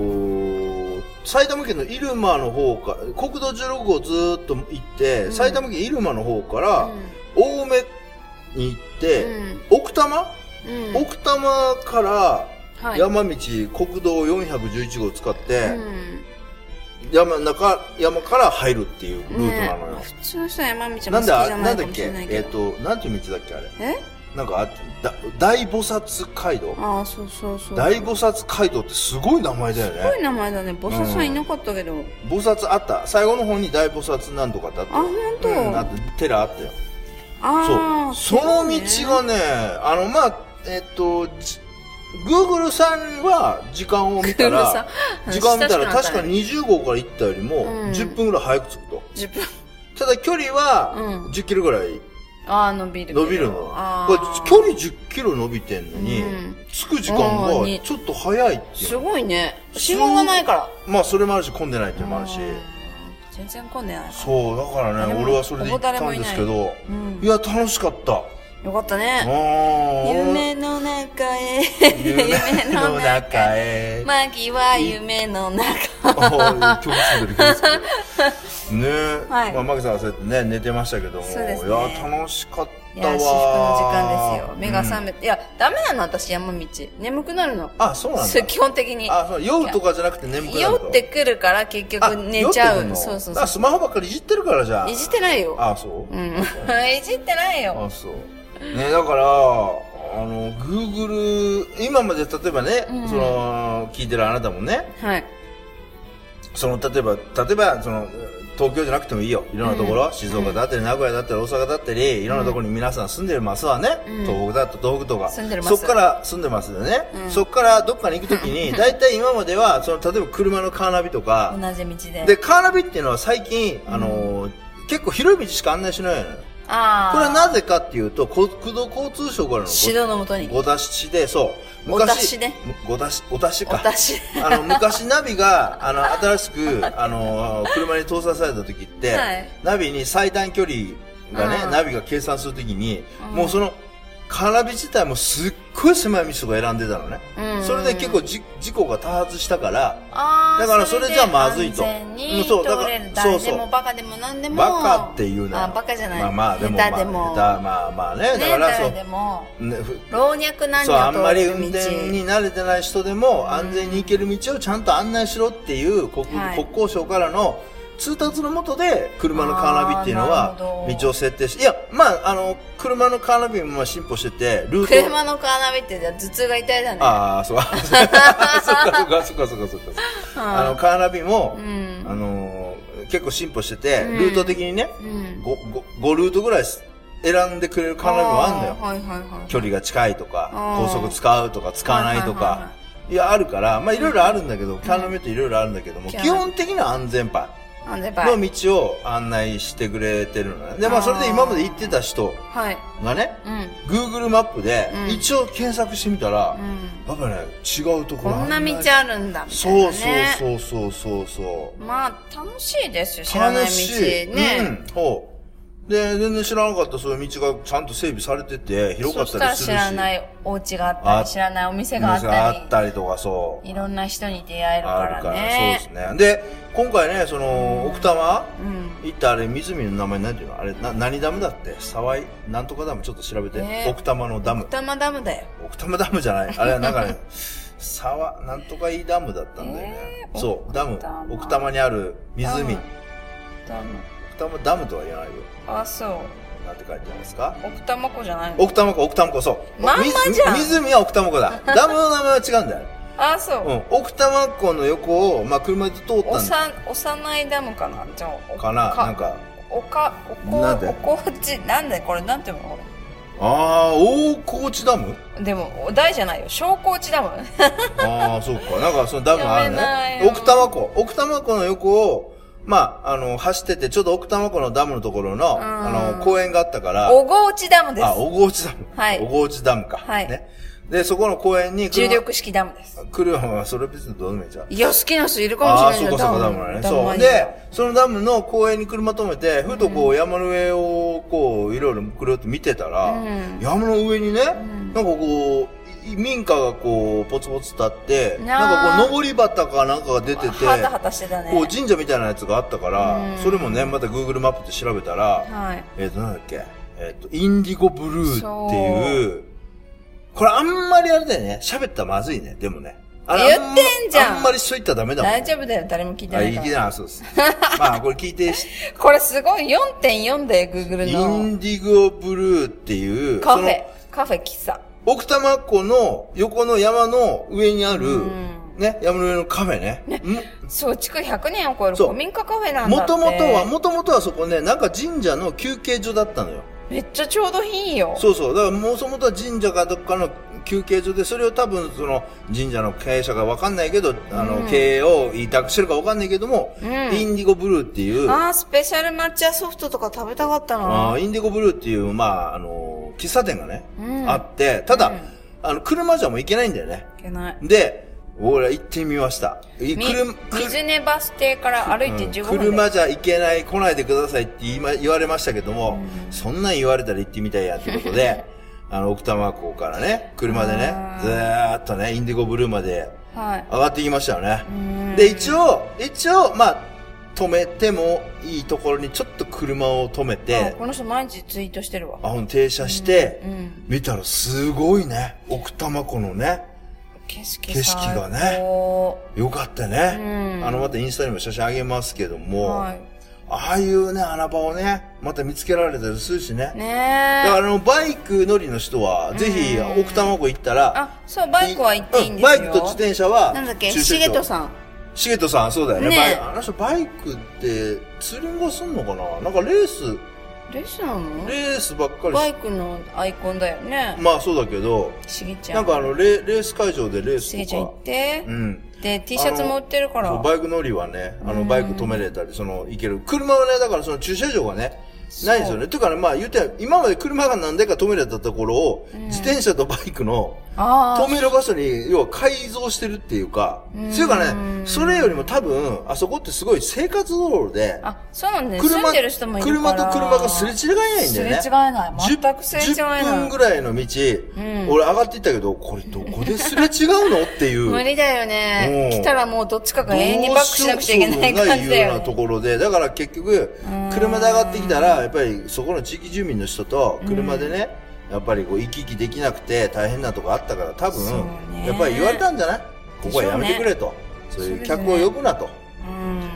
Speaker 2: 埼玉県の入間の方か、国道16号ずーっと行って、
Speaker 1: ん
Speaker 2: 埼玉県入間の方から、青梅に行っ
Speaker 1: う
Speaker 2: て、
Speaker 1: ん。
Speaker 2: 奥多摩、
Speaker 1: うん。
Speaker 2: 奥多摩から、
Speaker 1: はい。
Speaker 2: 山道、国道411号を使って、
Speaker 1: うん
Speaker 2: 山中、山から入るっていうルートなのよ。
Speaker 1: ね普通の人は山道も好きじ
Speaker 2: なんで、
Speaker 1: ゃ
Speaker 2: あ
Speaker 1: な
Speaker 2: ないんだ
Speaker 1: か
Speaker 2: っ
Speaker 1: もし
Speaker 2: け
Speaker 1: れない
Speaker 2: え
Speaker 1: け
Speaker 2: っ、
Speaker 1: ど。
Speaker 2: と、なんていう道だっけあれ。
Speaker 1: え
Speaker 2: なんかあって、だ大菩薩街道。
Speaker 1: ああ、そうそうそう。
Speaker 2: 大
Speaker 1: す
Speaker 2: 菩薩街道ってすごい名前だよ
Speaker 1: ご
Speaker 2: ね。
Speaker 1: い名前だね。菩薩さんいなかったけど。
Speaker 2: 菩薩あった。最後の方に大菩薩なんとかってあったよ。
Speaker 1: あ本当
Speaker 2: うん、あって、寺あったよ。
Speaker 1: ああ。
Speaker 2: そう。その道がね、あの、まあ、えっと、じ Google さんは時間を見た
Speaker 1: Google さん
Speaker 2: ら、時間を見たら
Speaker 1: 確
Speaker 2: 確
Speaker 1: か
Speaker 2: か
Speaker 1: に
Speaker 2: 20号から行ったよりも
Speaker 1: うん
Speaker 2: 10分ぐらい早く着くと。
Speaker 1: 自分。
Speaker 2: ただ距離は
Speaker 1: うん
Speaker 2: 10キロぐらい
Speaker 1: ああ、伸びるけど。
Speaker 2: 伸びるの。
Speaker 1: あ
Speaker 2: これ
Speaker 1: あ。
Speaker 2: 距離10キロ伸びてんのに、
Speaker 1: うん
Speaker 2: 着く時間がちょっと早いっていう
Speaker 1: すごいね。信号がないから。
Speaker 2: まあそれもあるし混んでないっていうのもあるし
Speaker 1: うん全然混んでない。
Speaker 2: そうだから
Speaker 1: 誰
Speaker 2: ね
Speaker 1: も
Speaker 2: 俺はそれで行ったんですけど
Speaker 1: う
Speaker 2: い
Speaker 1: ん。
Speaker 2: や楽し かった
Speaker 1: よかった
Speaker 2: あ
Speaker 1: ね。
Speaker 2: ー
Speaker 1: 夢の中へ。
Speaker 2: 夢
Speaker 1: 夢の
Speaker 2: の
Speaker 1: 中。
Speaker 2: 中 へ
Speaker 1: マギは夢の中。
Speaker 2: あー曲作ってる曲作ってるねえ、
Speaker 1: はい
Speaker 2: まあ、マギさんはそうやってね寝てましたけども
Speaker 1: そうですね
Speaker 2: いや楽しかっった
Speaker 1: い
Speaker 2: わ
Speaker 1: や、至福の時間
Speaker 2: ー
Speaker 1: ですよ。目が覚
Speaker 2: うん
Speaker 1: め、いや、ダメなの私、山道。眠くなるの。
Speaker 2: あそうなんだ
Speaker 1: 基本的に。
Speaker 2: あそう酔うとかじゃなくて眠くな
Speaker 1: 酔
Speaker 2: ると
Speaker 1: ってくるから結
Speaker 2: あ
Speaker 1: 局寝ちゃ
Speaker 2: 酔ってくん
Speaker 1: う。
Speaker 2: の
Speaker 1: そうそう
Speaker 2: だから
Speaker 1: そ
Speaker 2: スマホばっかりいじってるからじゃ
Speaker 1: う。
Speaker 2: ん
Speaker 1: いじってないよ。
Speaker 2: あそう
Speaker 1: うん。 いじってないよ。
Speaker 2: あそうねだからあの Google 今まで例えばね、
Speaker 1: うん
Speaker 2: その聞いてるあなたもね
Speaker 1: はい。
Speaker 2: その例えば例えばその東京じゃなくてもいいよいろんなところ、静岡だったり名古屋だったり大阪だったりいろんなところに皆さん住んでますわね、
Speaker 1: うん
Speaker 2: 東北だった東北とか
Speaker 1: 住んでます
Speaker 2: そっから住んでますよね、
Speaker 1: うん
Speaker 2: そっからどっかに行くと きに大体今まではその例えば車のカーナビとか、
Speaker 1: 同じ道で。
Speaker 2: で、カーナビっていうのは最近、あのー結構広い道しか案内しないのよ。
Speaker 1: ああ。
Speaker 2: これはなぜかっていうと、こ国土交通省からの
Speaker 1: 指導のもとに。
Speaker 2: ご出しで、そう。
Speaker 1: お達しね
Speaker 2: むご出し、お出し
Speaker 1: お
Speaker 2: か。
Speaker 1: 達し。
Speaker 2: あの、昔ナビが、あの、新しく、あのー車に搭載された時って、
Speaker 1: はい
Speaker 2: ナビに最短距離が
Speaker 1: う
Speaker 2: ね、
Speaker 1: ん
Speaker 2: ナビが計算するときに、
Speaker 1: うん
Speaker 2: もうその、カーナビ自体もすっごい狭い道とか選んでたのね。
Speaker 1: うん
Speaker 2: それで結構じ事故が多発したから、
Speaker 1: あー
Speaker 2: だからそれじゃまずいと
Speaker 1: それで安全
Speaker 2: う
Speaker 1: に
Speaker 2: んそうだから
Speaker 1: 通れる
Speaker 2: そう
Speaker 1: 誰
Speaker 2: そう
Speaker 1: でもバカでも何でも。
Speaker 2: バカっていうな
Speaker 1: あ、バカじゃない。
Speaker 2: まあまあでも
Speaker 1: 下手でも。
Speaker 2: まあ、下手まあまあねだ
Speaker 1: ね
Speaker 2: か
Speaker 1: え、
Speaker 2: らそう
Speaker 1: 誰でも。
Speaker 2: ねふ
Speaker 1: 老若男
Speaker 2: そうあん
Speaker 1: 女
Speaker 2: ま
Speaker 1: 通
Speaker 2: り
Speaker 1: れる道。
Speaker 2: 運転に慣れてない人でも安全に行ける道をちゃんと案内しろっていう国,、
Speaker 1: はい
Speaker 2: 国交省からの通達のもとで車のカーナビっていうの
Speaker 1: あーなる
Speaker 2: は
Speaker 1: ほど
Speaker 2: 道を設定していやまああの車のカーナビもまあ進歩しててルート
Speaker 1: 車のカーナビってじゃあ頭痛が痛いだね。
Speaker 2: ああそうそうかそうかそうかそうかそうかあのカーナビも、
Speaker 1: うん
Speaker 2: あのー結構進歩してて、
Speaker 1: うん
Speaker 2: ルート的にね、
Speaker 1: うん。
Speaker 2: 5, ルートぐらい選んでくれるカーナビもあるのよ。
Speaker 1: はいはいはい。
Speaker 2: 距離が近いとか、
Speaker 1: あー
Speaker 2: 高速使うとか使わない
Speaker 1: はい
Speaker 2: と
Speaker 1: はい
Speaker 2: か
Speaker 1: は、
Speaker 2: いや、あるから、まあいろいろあるんだけど、カーナビっていろいろあるんだけども、
Speaker 1: キャ
Speaker 2: 基
Speaker 1: ラ
Speaker 2: 本的な安全牌
Speaker 1: なんでばい
Speaker 2: の道を案内してくれてるのね。で、まあ
Speaker 1: あー
Speaker 2: それで今まで行ってた人
Speaker 1: はい。
Speaker 2: がね、
Speaker 1: うん。
Speaker 2: Google マップで
Speaker 1: うん
Speaker 2: 一応検索してみたら、
Speaker 1: うん。
Speaker 2: やっぱね、違うところ
Speaker 1: こんな
Speaker 2: 案内
Speaker 1: 道あるんだ、みたいな、
Speaker 2: そう
Speaker 1: ね。
Speaker 2: そうそうそうそう。
Speaker 1: まあ、楽しいですよ、知らない
Speaker 2: 楽
Speaker 1: 道。
Speaker 2: しい。う
Speaker 1: ね。
Speaker 2: ん。ほう。で、全然知らなかったそういう道がちゃんと整備されてて、広か
Speaker 1: そ
Speaker 2: っ
Speaker 1: した
Speaker 2: た
Speaker 1: ら
Speaker 2: りす
Speaker 1: 知
Speaker 2: るし。
Speaker 1: らないお家があった
Speaker 2: あ
Speaker 1: り、知らないお店があっ
Speaker 2: 店が
Speaker 1: た
Speaker 2: あ
Speaker 1: り、
Speaker 2: ったりとかそう。
Speaker 1: いろんな人に出会えるか
Speaker 2: あ
Speaker 1: ら
Speaker 2: るから、
Speaker 1: ね。
Speaker 2: そうですね。で、今回ね、その、奥多摩
Speaker 1: うん。
Speaker 2: 行ったあれ、湖の名前なんていうのあれ、な、何ダムだって沢井、なんとかダムちょっと調べて。
Speaker 1: ね
Speaker 2: 奥多摩のダム。
Speaker 1: 奥多摩ダムだよ。
Speaker 2: 奥多摩ダムじゃ ない。あれはなんかね、沢、なんとかいいダムだったんだよね。
Speaker 1: えー
Speaker 2: そう、ダム
Speaker 1: 奥多。摩
Speaker 2: 奥多摩にある湖。
Speaker 1: ダム
Speaker 2: 奥多摩ダムとは言わないよ。
Speaker 1: あ、そう。
Speaker 2: なんて書いてますか
Speaker 1: 奥多摩湖じゃないの
Speaker 2: 奥多摩湖、奥多摩湖、そう。
Speaker 1: まんまじゃん
Speaker 2: み湖は奥多摩湖だ。ダムの名前は違うんだよ。
Speaker 1: あ、そう。
Speaker 2: うん。奥多摩湖の横を、まあ、車で通ったん
Speaker 1: お
Speaker 2: だ
Speaker 1: さ、幼いダムかなじゃあ、お
Speaker 2: かな。なん。か、
Speaker 1: おか、お
Speaker 2: なん
Speaker 1: こ
Speaker 2: で、
Speaker 1: おこち、なんでこれ、なんていうのこ
Speaker 2: ああ、大河内ダム
Speaker 1: れ。でも、お大じゃないよ。小高地ダム。
Speaker 2: ああ、そうか。なんかそのダムがある
Speaker 1: やめな
Speaker 2: ね
Speaker 1: い。よ
Speaker 2: 奥多摩湖。奥多摩湖の横を、まあ、あの、走ってて、ちょうど奥多摩湖のダムのところの、
Speaker 1: ん
Speaker 2: あの、公園があったから、
Speaker 1: おごうちダムです
Speaker 2: あ、。小河内ダム。
Speaker 1: はい
Speaker 2: 小河内ダムか。
Speaker 1: はい
Speaker 2: ね。で、そこの公園に
Speaker 1: 重
Speaker 2: 車、
Speaker 1: 力式ダムです。
Speaker 2: 車はそれ別にどうでもいいじゃん。
Speaker 1: いや、好きな人いるかもし
Speaker 2: ああー、
Speaker 1: れ
Speaker 2: そ
Speaker 1: な
Speaker 2: う
Speaker 1: い
Speaker 2: か
Speaker 1: よ
Speaker 2: そ
Speaker 1: ダ
Speaker 2: うか、ダ
Speaker 1: ム
Speaker 2: ムだね。
Speaker 1: ダムは
Speaker 2: そ。
Speaker 1: いういよ
Speaker 2: で、そのダムの公園に車止めて、ふとこう山の上をこう、いろいろくるって見てたら、
Speaker 1: うん
Speaker 2: 山の上にね、なんかこう、い民家がこう、ポツポツ立って、
Speaker 1: なあ
Speaker 2: なんかこう、登り旗かなんかが出てて、
Speaker 1: はたはたしてたね。
Speaker 2: こう神社みたいなやつがあったから、
Speaker 1: うん
Speaker 2: それもね、また Google マップで調べたら、
Speaker 1: はい。
Speaker 2: えっ、と、なんだっけ、えっ、と、インディゴブルーっていう、これあんまりあれだよね、喋ったらまずいね、でもね。あれあ
Speaker 1: 言っ
Speaker 2: ま
Speaker 1: てんじゃん
Speaker 2: あんまりしといったらダメだもん。
Speaker 1: 大丈夫だよ。誰も聞いて
Speaker 2: あ、
Speaker 1: ないい
Speaker 2: い
Speaker 1: か
Speaker 2: 気
Speaker 1: ら。
Speaker 2: な、そうです。まあ、これ聞いてし、
Speaker 1: これすごい4.4だよ、Google
Speaker 2: イ
Speaker 1: の。
Speaker 2: ンディゴブルーっていう、
Speaker 1: カ
Speaker 2: そ
Speaker 1: フ
Speaker 2: の、
Speaker 1: ェ、カフェ喫茶。
Speaker 2: 奥多摩湖の横の山の上にある
Speaker 1: ん、
Speaker 2: ね、山の上のカフェね。
Speaker 1: そう、築100年を超える
Speaker 2: そう
Speaker 1: 古民家カフェなんだ
Speaker 2: も
Speaker 1: って。
Speaker 2: ともとは、もともとはそこね、なんか神社の休憩所だったのよ。
Speaker 1: めっちゃちょうどいいよ。
Speaker 2: そうそう。だから、もともとは神社かどっかの休憩所で、それを多分、その、神社の経営者かわかんないけど、あの、経営を委託してるかわかんないけども、
Speaker 1: うん
Speaker 2: インディゴブルーっていう、
Speaker 1: ああ、スペシャル抹茶ソフトとか食べたかった
Speaker 2: あ
Speaker 1: な。
Speaker 2: ーインディゴブルーっていう、まあ、あのー喫茶店がね、
Speaker 1: うん
Speaker 2: あって、ただ、
Speaker 1: うん
Speaker 2: あの、車じゃもう行けないんだよね。
Speaker 1: いけない。
Speaker 2: で、俺は行ってみました。い
Speaker 1: み
Speaker 2: 車
Speaker 1: 水根バス停から歩いて
Speaker 2: うん
Speaker 1: 15分で。
Speaker 2: 車じゃ行けない、来ないでくださいって言いま言われましたけども、そんなん言われたら行ってみたいやってこと で、あの、奥多摩港からね、車でね
Speaker 1: あ、ー
Speaker 2: ずーっとね、インディゴブルーまで
Speaker 1: はい。
Speaker 2: 上がっていきましたよね。
Speaker 1: ん
Speaker 2: で、一応、一応、まあ、止めてもいいところにちょっと車を止め
Speaker 1: あ
Speaker 2: て、
Speaker 1: この人毎日ツイートしてるわ。
Speaker 2: あ、ほん停車して、
Speaker 1: うん。
Speaker 2: 見たらすごいね。奥多摩湖のね、
Speaker 1: 景色
Speaker 2: 景色がね
Speaker 1: 最高
Speaker 2: よかった
Speaker 1: う
Speaker 2: ね。
Speaker 1: ん。
Speaker 2: あの、またインスタにも写真あげますけども、
Speaker 1: はい。
Speaker 2: ああいうね、穴場をね、また見つけられたりするしね。
Speaker 1: ね
Speaker 2: だからあ
Speaker 1: え。
Speaker 2: の、バイク乗りの人は、ぜひ、
Speaker 1: うん
Speaker 2: 奥多摩湖行ったら、
Speaker 1: あ、そう、バイクは行っていいんですよ。
Speaker 2: うバイクと自転車は、
Speaker 3: なんだっけ
Speaker 2: 駐車
Speaker 3: シ
Speaker 2: 場
Speaker 3: ゲトさん。
Speaker 2: シゲトさん、そうだよね。
Speaker 1: ねえ
Speaker 2: バイクあの人、バイクって、ツーリングはすんのかななんかレース、
Speaker 1: レースなの
Speaker 2: レースばっかり
Speaker 1: バ
Speaker 2: し
Speaker 1: イクのアイコンだよね。
Speaker 2: まあそうだけど、
Speaker 1: しげちゃん。
Speaker 2: なんかあの、レレース会場でレース
Speaker 1: し
Speaker 2: とか。
Speaker 1: げちゃん行って
Speaker 2: う。ん。
Speaker 1: で、T シャツも売ってるから。
Speaker 2: そうバイク乗りはね、あの、バイク止めれたり、その、行ける。車はね、だからその駐車場がね、ないんですよね。ていうかね、まあ言って、今まで車が何台か止めれたところを、自転車とバイクの、
Speaker 1: あ
Speaker 2: 止める場所に、要は改造してるっていうか、っていうかね、それよりも多分、あそこってすごい生活道路で
Speaker 1: あ。、あ、そうなんだよ。住んでる人もいるから。
Speaker 2: 車と車がすれ違えないんだよね。
Speaker 1: すれ違えない。全くすれ違え
Speaker 2: 10
Speaker 1: な
Speaker 2: 分
Speaker 1: い
Speaker 2: ぐ。らいの道、
Speaker 1: ん
Speaker 2: 俺上がっていったけど、これどこですれ違うのってい う。
Speaker 1: 無理だよね。
Speaker 2: うん
Speaker 1: 来たらもうどっちかが
Speaker 2: どう
Speaker 1: 永遠にバックしなくちゃいけない感じ
Speaker 2: しようもない
Speaker 1: だ
Speaker 2: よう
Speaker 1: よ
Speaker 2: なと
Speaker 1: ね。
Speaker 2: ころで、だから結局、車で上がってきたら、やっぱりそこの地域住民の人と、車でね、やっぱりこう行き来できなくて大変なとこあったから、多分
Speaker 1: そう、ね
Speaker 2: やっぱり言われたんじゃないこ
Speaker 1: でしょうね
Speaker 2: こはやめてくれと。そういう客を呼ぶなと。
Speaker 1: うん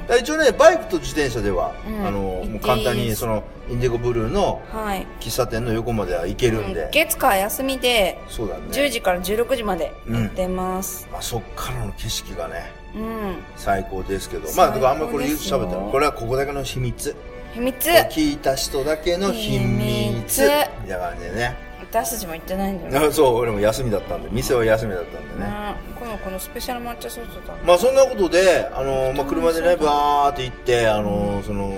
Speaker 2: だから一応ね、バイクと自転車では、
Speaker 1: うん
Speaker 2: あの、
Speaker 1: 行っ
Speaker 2: もう
Speaker 1: ていい
Speaker 2: 簡単にその、インディゴブルーの
Speaker 1: はい。
Speaker 2: 喫茶店の横までは行けるんで。
Speaker 1: 月火休みで、
Speaker 2: そうだね。
Speaker 1: 10時から16時までやってます。
Speaker 2: あそっからの景色がね、
Speaker 1: うん。
Speaker 2: 最高ですけど。まあ、だからあんまりこれ言うと
Speaker 1: 最高ですよ
Speaker 2: 喋ったら、これはここだけの秘密。
Speaker 1: 秘密
Speaker 2: 聞いた人だけの秘
Speaker 1: 秘
Speaker 2: 密。み
Speaker 1: 密
Speaker 2: たいな感じでね。
Speaker 1: 私たちも行ってないんだよね。
Speaker 2: あそう、俺も休みだったんで、店は休みだったんでね。
Speaker 1: うんこのこのスペシャル抹茶ソースだ。
Speaker 2: まあそんなことで、あの、まあ車でね、バーって行って、あの、その、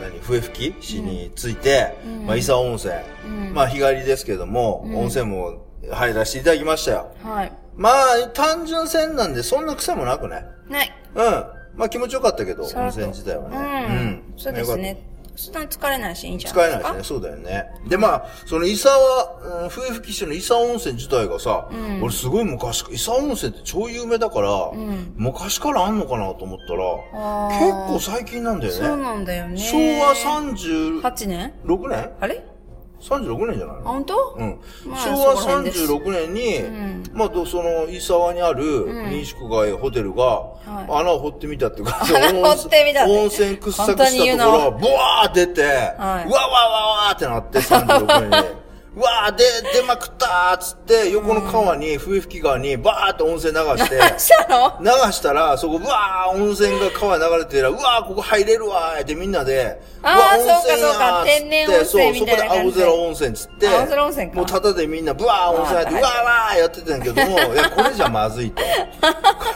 Speaker 2: 何、笛吹き市に着いて、
Speaker 1: うん
Speaker 2: まあ伊佐温泉、
Speaker 1: うん
Speaker 2: まあ日帰りですけども、
Speaker 1: うん
Speaker 2: 温泉も入らせていただきましたよ。
Speaker 1: はい。
Speaker 2: まあ単純線なんでそんな癖もなくね。
Speaker 1: ない。
Speaker 2: うん。まあ気持ちよかったけど、
Speaker 1: さらっと
Speaker 2: 温泉自体は
Speaker 1: う
Speaker 2: ね。
Speaker 1: ん。そうです
Speaker 2: よ
Speaker 1: ね
Speaker 2: かっ。
Speaker 1: そんなに疲れないし、いいんじ
Speaker 2: た。
Speaker 1: ゃな
Speaker 2: 使
Speaker 1: いです
Speaker 2: えない
Speaker 1: か
Speaker 2: しね、。そうだよね。で、まあ、その伊佐は、うん、笛吹市の伊佐温泉自体がさ、
Speaker 1: うん
Speaker 2: 俺すごい昔、伊佐温泉って超有名だから、
Speaker 1: ん
Speaker 2: 昔からあんのかなと思ったら、
Speaker 1: あ
Speaker 2: 結
Speaker 1: ー
Speaker 2: 構最近なんだ
Speaker 1: そう
Speaker 2: よね。
Speaker 1: なんだよね。
Speaker 2: 昭和36
Speaker 1: 8年
Speaker 2: 年
Speaker 1: あれ
Speaker 2: ?36 年じゃない
Speaker 1: あ、
Speaker 2: の
Speaker 1: 本当？
Speaker 2: うん。
Speaker 1: まあ
Speaker 2: 昭和
Speaker 1: そこら辺です
Speaker 2: 36年に、
Speaker 1: ん
Speaker 2: まあ、どその、伊沢にある
Speaker 1: ん
Speaker 2: 民宿街ホテルが、
Speaker 1: い
Speaker 2: 穴を掘ってみたっていうか、
Speaker 1: 穴掘ってみたって
Speaker 2: 温泉掘削
Speaker 1: 簡単に言
Speaker 2: し
Speaker 1: う
Speaker 2: た
Speaker 1: な
Speaker 2: ところが、ブワー出て、
Speaker 1: いう
Speaker 2: わわわわーってなって、36 年に。うわーで、出まくったーっつって、横の川に、笛吹川に、バーって温泉流して、
Speaker 1: したの
Speaker 2: 流したら、そこ、うわー、温泉が川に流れてたら、うわー、ここ入れるわーってみんなで、
Speaker 1: あー
Speaker 2: うわ
Speaker 1: そうか
Speaker 2: やー
Speaker 1: そうか
Speaker 2: っつって
Speaker 1: 天然温泉みたいな感じ
Speaker 2: そう、そこで青空温泉っつって、
Speaker 1: 青空温泉か
Speaker 2: もうタダでみんな、ブワー温泉入って、う
Speaker 1: あー
Speaker 2: わーわーやってたんやけども、いや、これじゃまず いと。